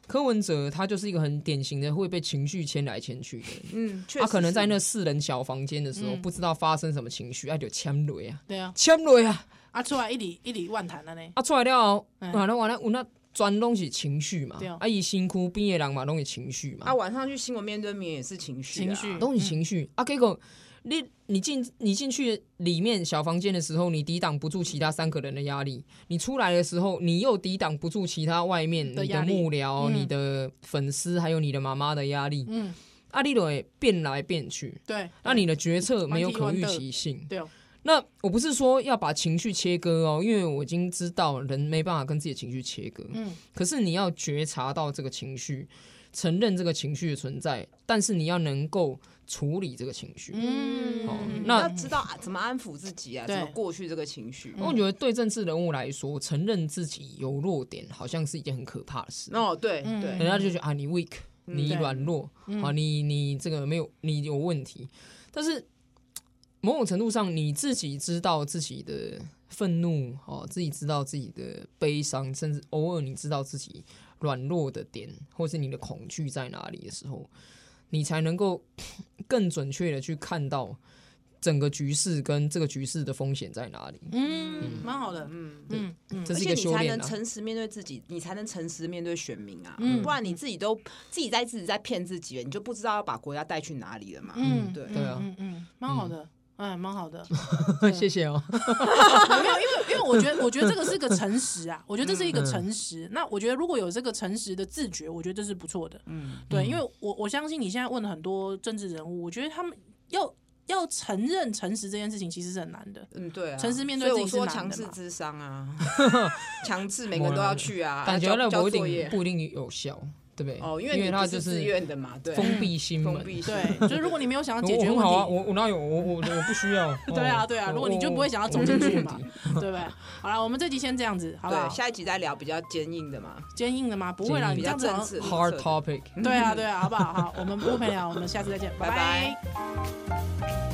Speaker 3: 柯文哲他就是一个很典型的会被情绪牵来牵去的人。
Speaker 2: 嗯，确
Speaker 3: 他、
Speaker 2: 实
Speaker 3: 啊可能在
Speaker 2: 是
Speaker 3: 那四人小房间的时候，
Speaker 1: 嗯
Speaker 3: 不知道发生什么情绪，啊，就签雷啊，
Speaker 1: 对啊，
Speaker 3: 签雷啊，
Speaker 1: 啊出来一里一里万谈了呢，
Speaker 3: 啊出来了后，
Speaker 1: 嗯
Speaker 3: 完了完了，有那全拢是情绪嘛
Speaker 1: 对哦，
Speaker 3: 啊，伊身躯边的人嘛，拢是情绪
Speaker 2: 啊，
Speaker 3: 嘛，
Speaker 2: 晚上去新闻面对面也是情绪啊，
Speaker 1: 情绪
Speaker 3: 拢是情
Speaker 1: 嗯
Speaker 3: 绪，啊，结果你你进你进去里面小房间的时候，你抵挡不住其他三个人的压力；你出来的时候，你又抵挡不住其他外面
Speaker 1: 的
Speaker 3: 你
Speaker 1: 压
Speaker 3: 的
Speaker 1: 力
Speaker 3: 幕僚、
Speaker 1: 嗯
Speaker 3: 你的粉丝还有你的妈妈的压力，
Speaker 1: 嗯，
Speaker 3: 啊，你就会变来变去，
Speaker 1: 对，
Speaker 3: 那你的决策没有
Speaker 1: 蛮奇
Speaker 3: 可
Speaker 1: 幻
Speaker 3: 预
Speaker 1: 的
Speaker 3: 期性。
Speaker 1: 对哦，
Speaker 3: 那我不是说要把情绪切割哦，因为我已经知道人没办法跟自己的情绪切割。
Speaker 1: 嗯，
Speaker 3: 可是你要觉察到这个情绪，承认这个情绪的存在，但是你要能够处理这个情绪。
Speaker 1: 嗯
Speaker 3: 哦
Speaker 1: 嗯
Speaker 3: 那
Speaker 2: 要知道啊怎么安抚自己啊，
Speaker 1: 对
Speaker 2: 怎么过去这个情绪。
Speaker 3: 我觉得对政治人物来说，承认自己有弱点，好像是一件很可怕的事。
Speaker 2: 哦，对
Speaker 1: 嗯
Speaker 2: 对
Speaker 3: 人，家就觉得啊，你 weak，
Speaker 2: 嗯
Speaker 3: 你
Speaker 1: 对
Speaker 3: 软弱，
Speaker 1: 嗯
Speaker 3: 啊，你你这个没有，你有问题。但是某种程度上，你自己知道自己的愤怒，哦，自己知道自己的悲伤，甚至偶尔你知道自己软弱的点，或是你的恐惧在哪里的时候，你才能够 更准确的去看到整个局势跟这个局势的风险在哪里。
Speaker 1: 嗯，蛮好的，
Speaker 2: 嗯。
Speaker 1: 嗯嗯
Speaker 3: 这
Speaker 2: 而
Speaker 3: 是一
Speaker 2: 且
Speaker 3: 个
Speaker 2: 你
Speaker 3: 修
Speaker 2: 才
Speaker 3: 炼
Speaker 2: 能
Speaker 3: 啊。
Speaker 2: 诚实面对自己，你才能诚实面对选民啊！
Speaker 1: 嗯
Speaker 2: 不然你自己都自己在自己在骗自己了，你就不知道要把国家带去哪里了嘛。
Speaker 1: 嗯，
Speaker 2: 对
Speaker 3: 对啊
Speaker 1: 嗯嗯嗯，蛮好的。哎，蛮好的，
Speaker 3: 谢谢哦。
Speaker 1: 没有，因为因为我觉得，我觉得这个是个诚实啊，我觉得这是
Speaker 3: 嗯
Speaker 1: 一个诚实。那我觉得如果有这个诚实的自觉，我觉得这是不错的。
Speaker 2: 嗯，
Speaker 1: 对，因为我我相信你现在问了很多政治人物，我觉得他们要要承认诚实这件事情其实是很难的。
Speaker 2: 嗯，对啊，
Speaker 1: 诚实面对自己是
Speaker 2: 所以我说
Speaker 1: 难
Speaker 2: 强
Speaker 1: 的
Speaker 2: 制
Speaker 1: 嘛
Speaker 2: 智商啊，强制每个人都要去啊，
Speaker 3: 感觉
Speaker 2: 要
Speaker 3: 那
Speaker 2: 交交
Speaker 3: 不
Speaker 2: 作
Speaker 3: 一定
Speaker 2: 业。
Speaker 3: 不一定有效。对不对？
Speaker 2: 哦，因
Speaker 3: 为
Speaker 2: 你
Speaker 3: 他
Speaker 2: 不
Speaker 3: 就是
Speaker 2: 自愿的嘛，对，
Speaker 3: 封闭心门
Speaker 2: 封。闭性
Speaker 1: 对，就是如果你没有想要
Speaker 3: 我
Speaker 1: 解
Speaker 3: 我
Speaker 1: 决
Speaker 3: 很
Speaker 1: 问
Speaker 3: 好啊，
Speaker 1: 题，
Speaker 3: 我我哪有我我我不 需要。
Speaker 1: 对啊对啊
Speaker 3: 哦
Speaker 1: 如果你就不会想要走进去嘛， 对不对？好了，我们这集先这样子，好不好
Speaker 2: 哦对，？下一集再聊比较坚硬的嘛，
Speaker 1: 坚硬的吗？不会啦，
Speaker 3: 坚硬
Speaker 1: 你这样子好像
Speaker 2: 比较正式
Speaker 3: 我我 hard topic。
Speaker 1: 对啊对啊，好不好？好，我们不陪聊，我们下次再见，拜
Speaker 2: 拜拜
Speaker 1: 拜。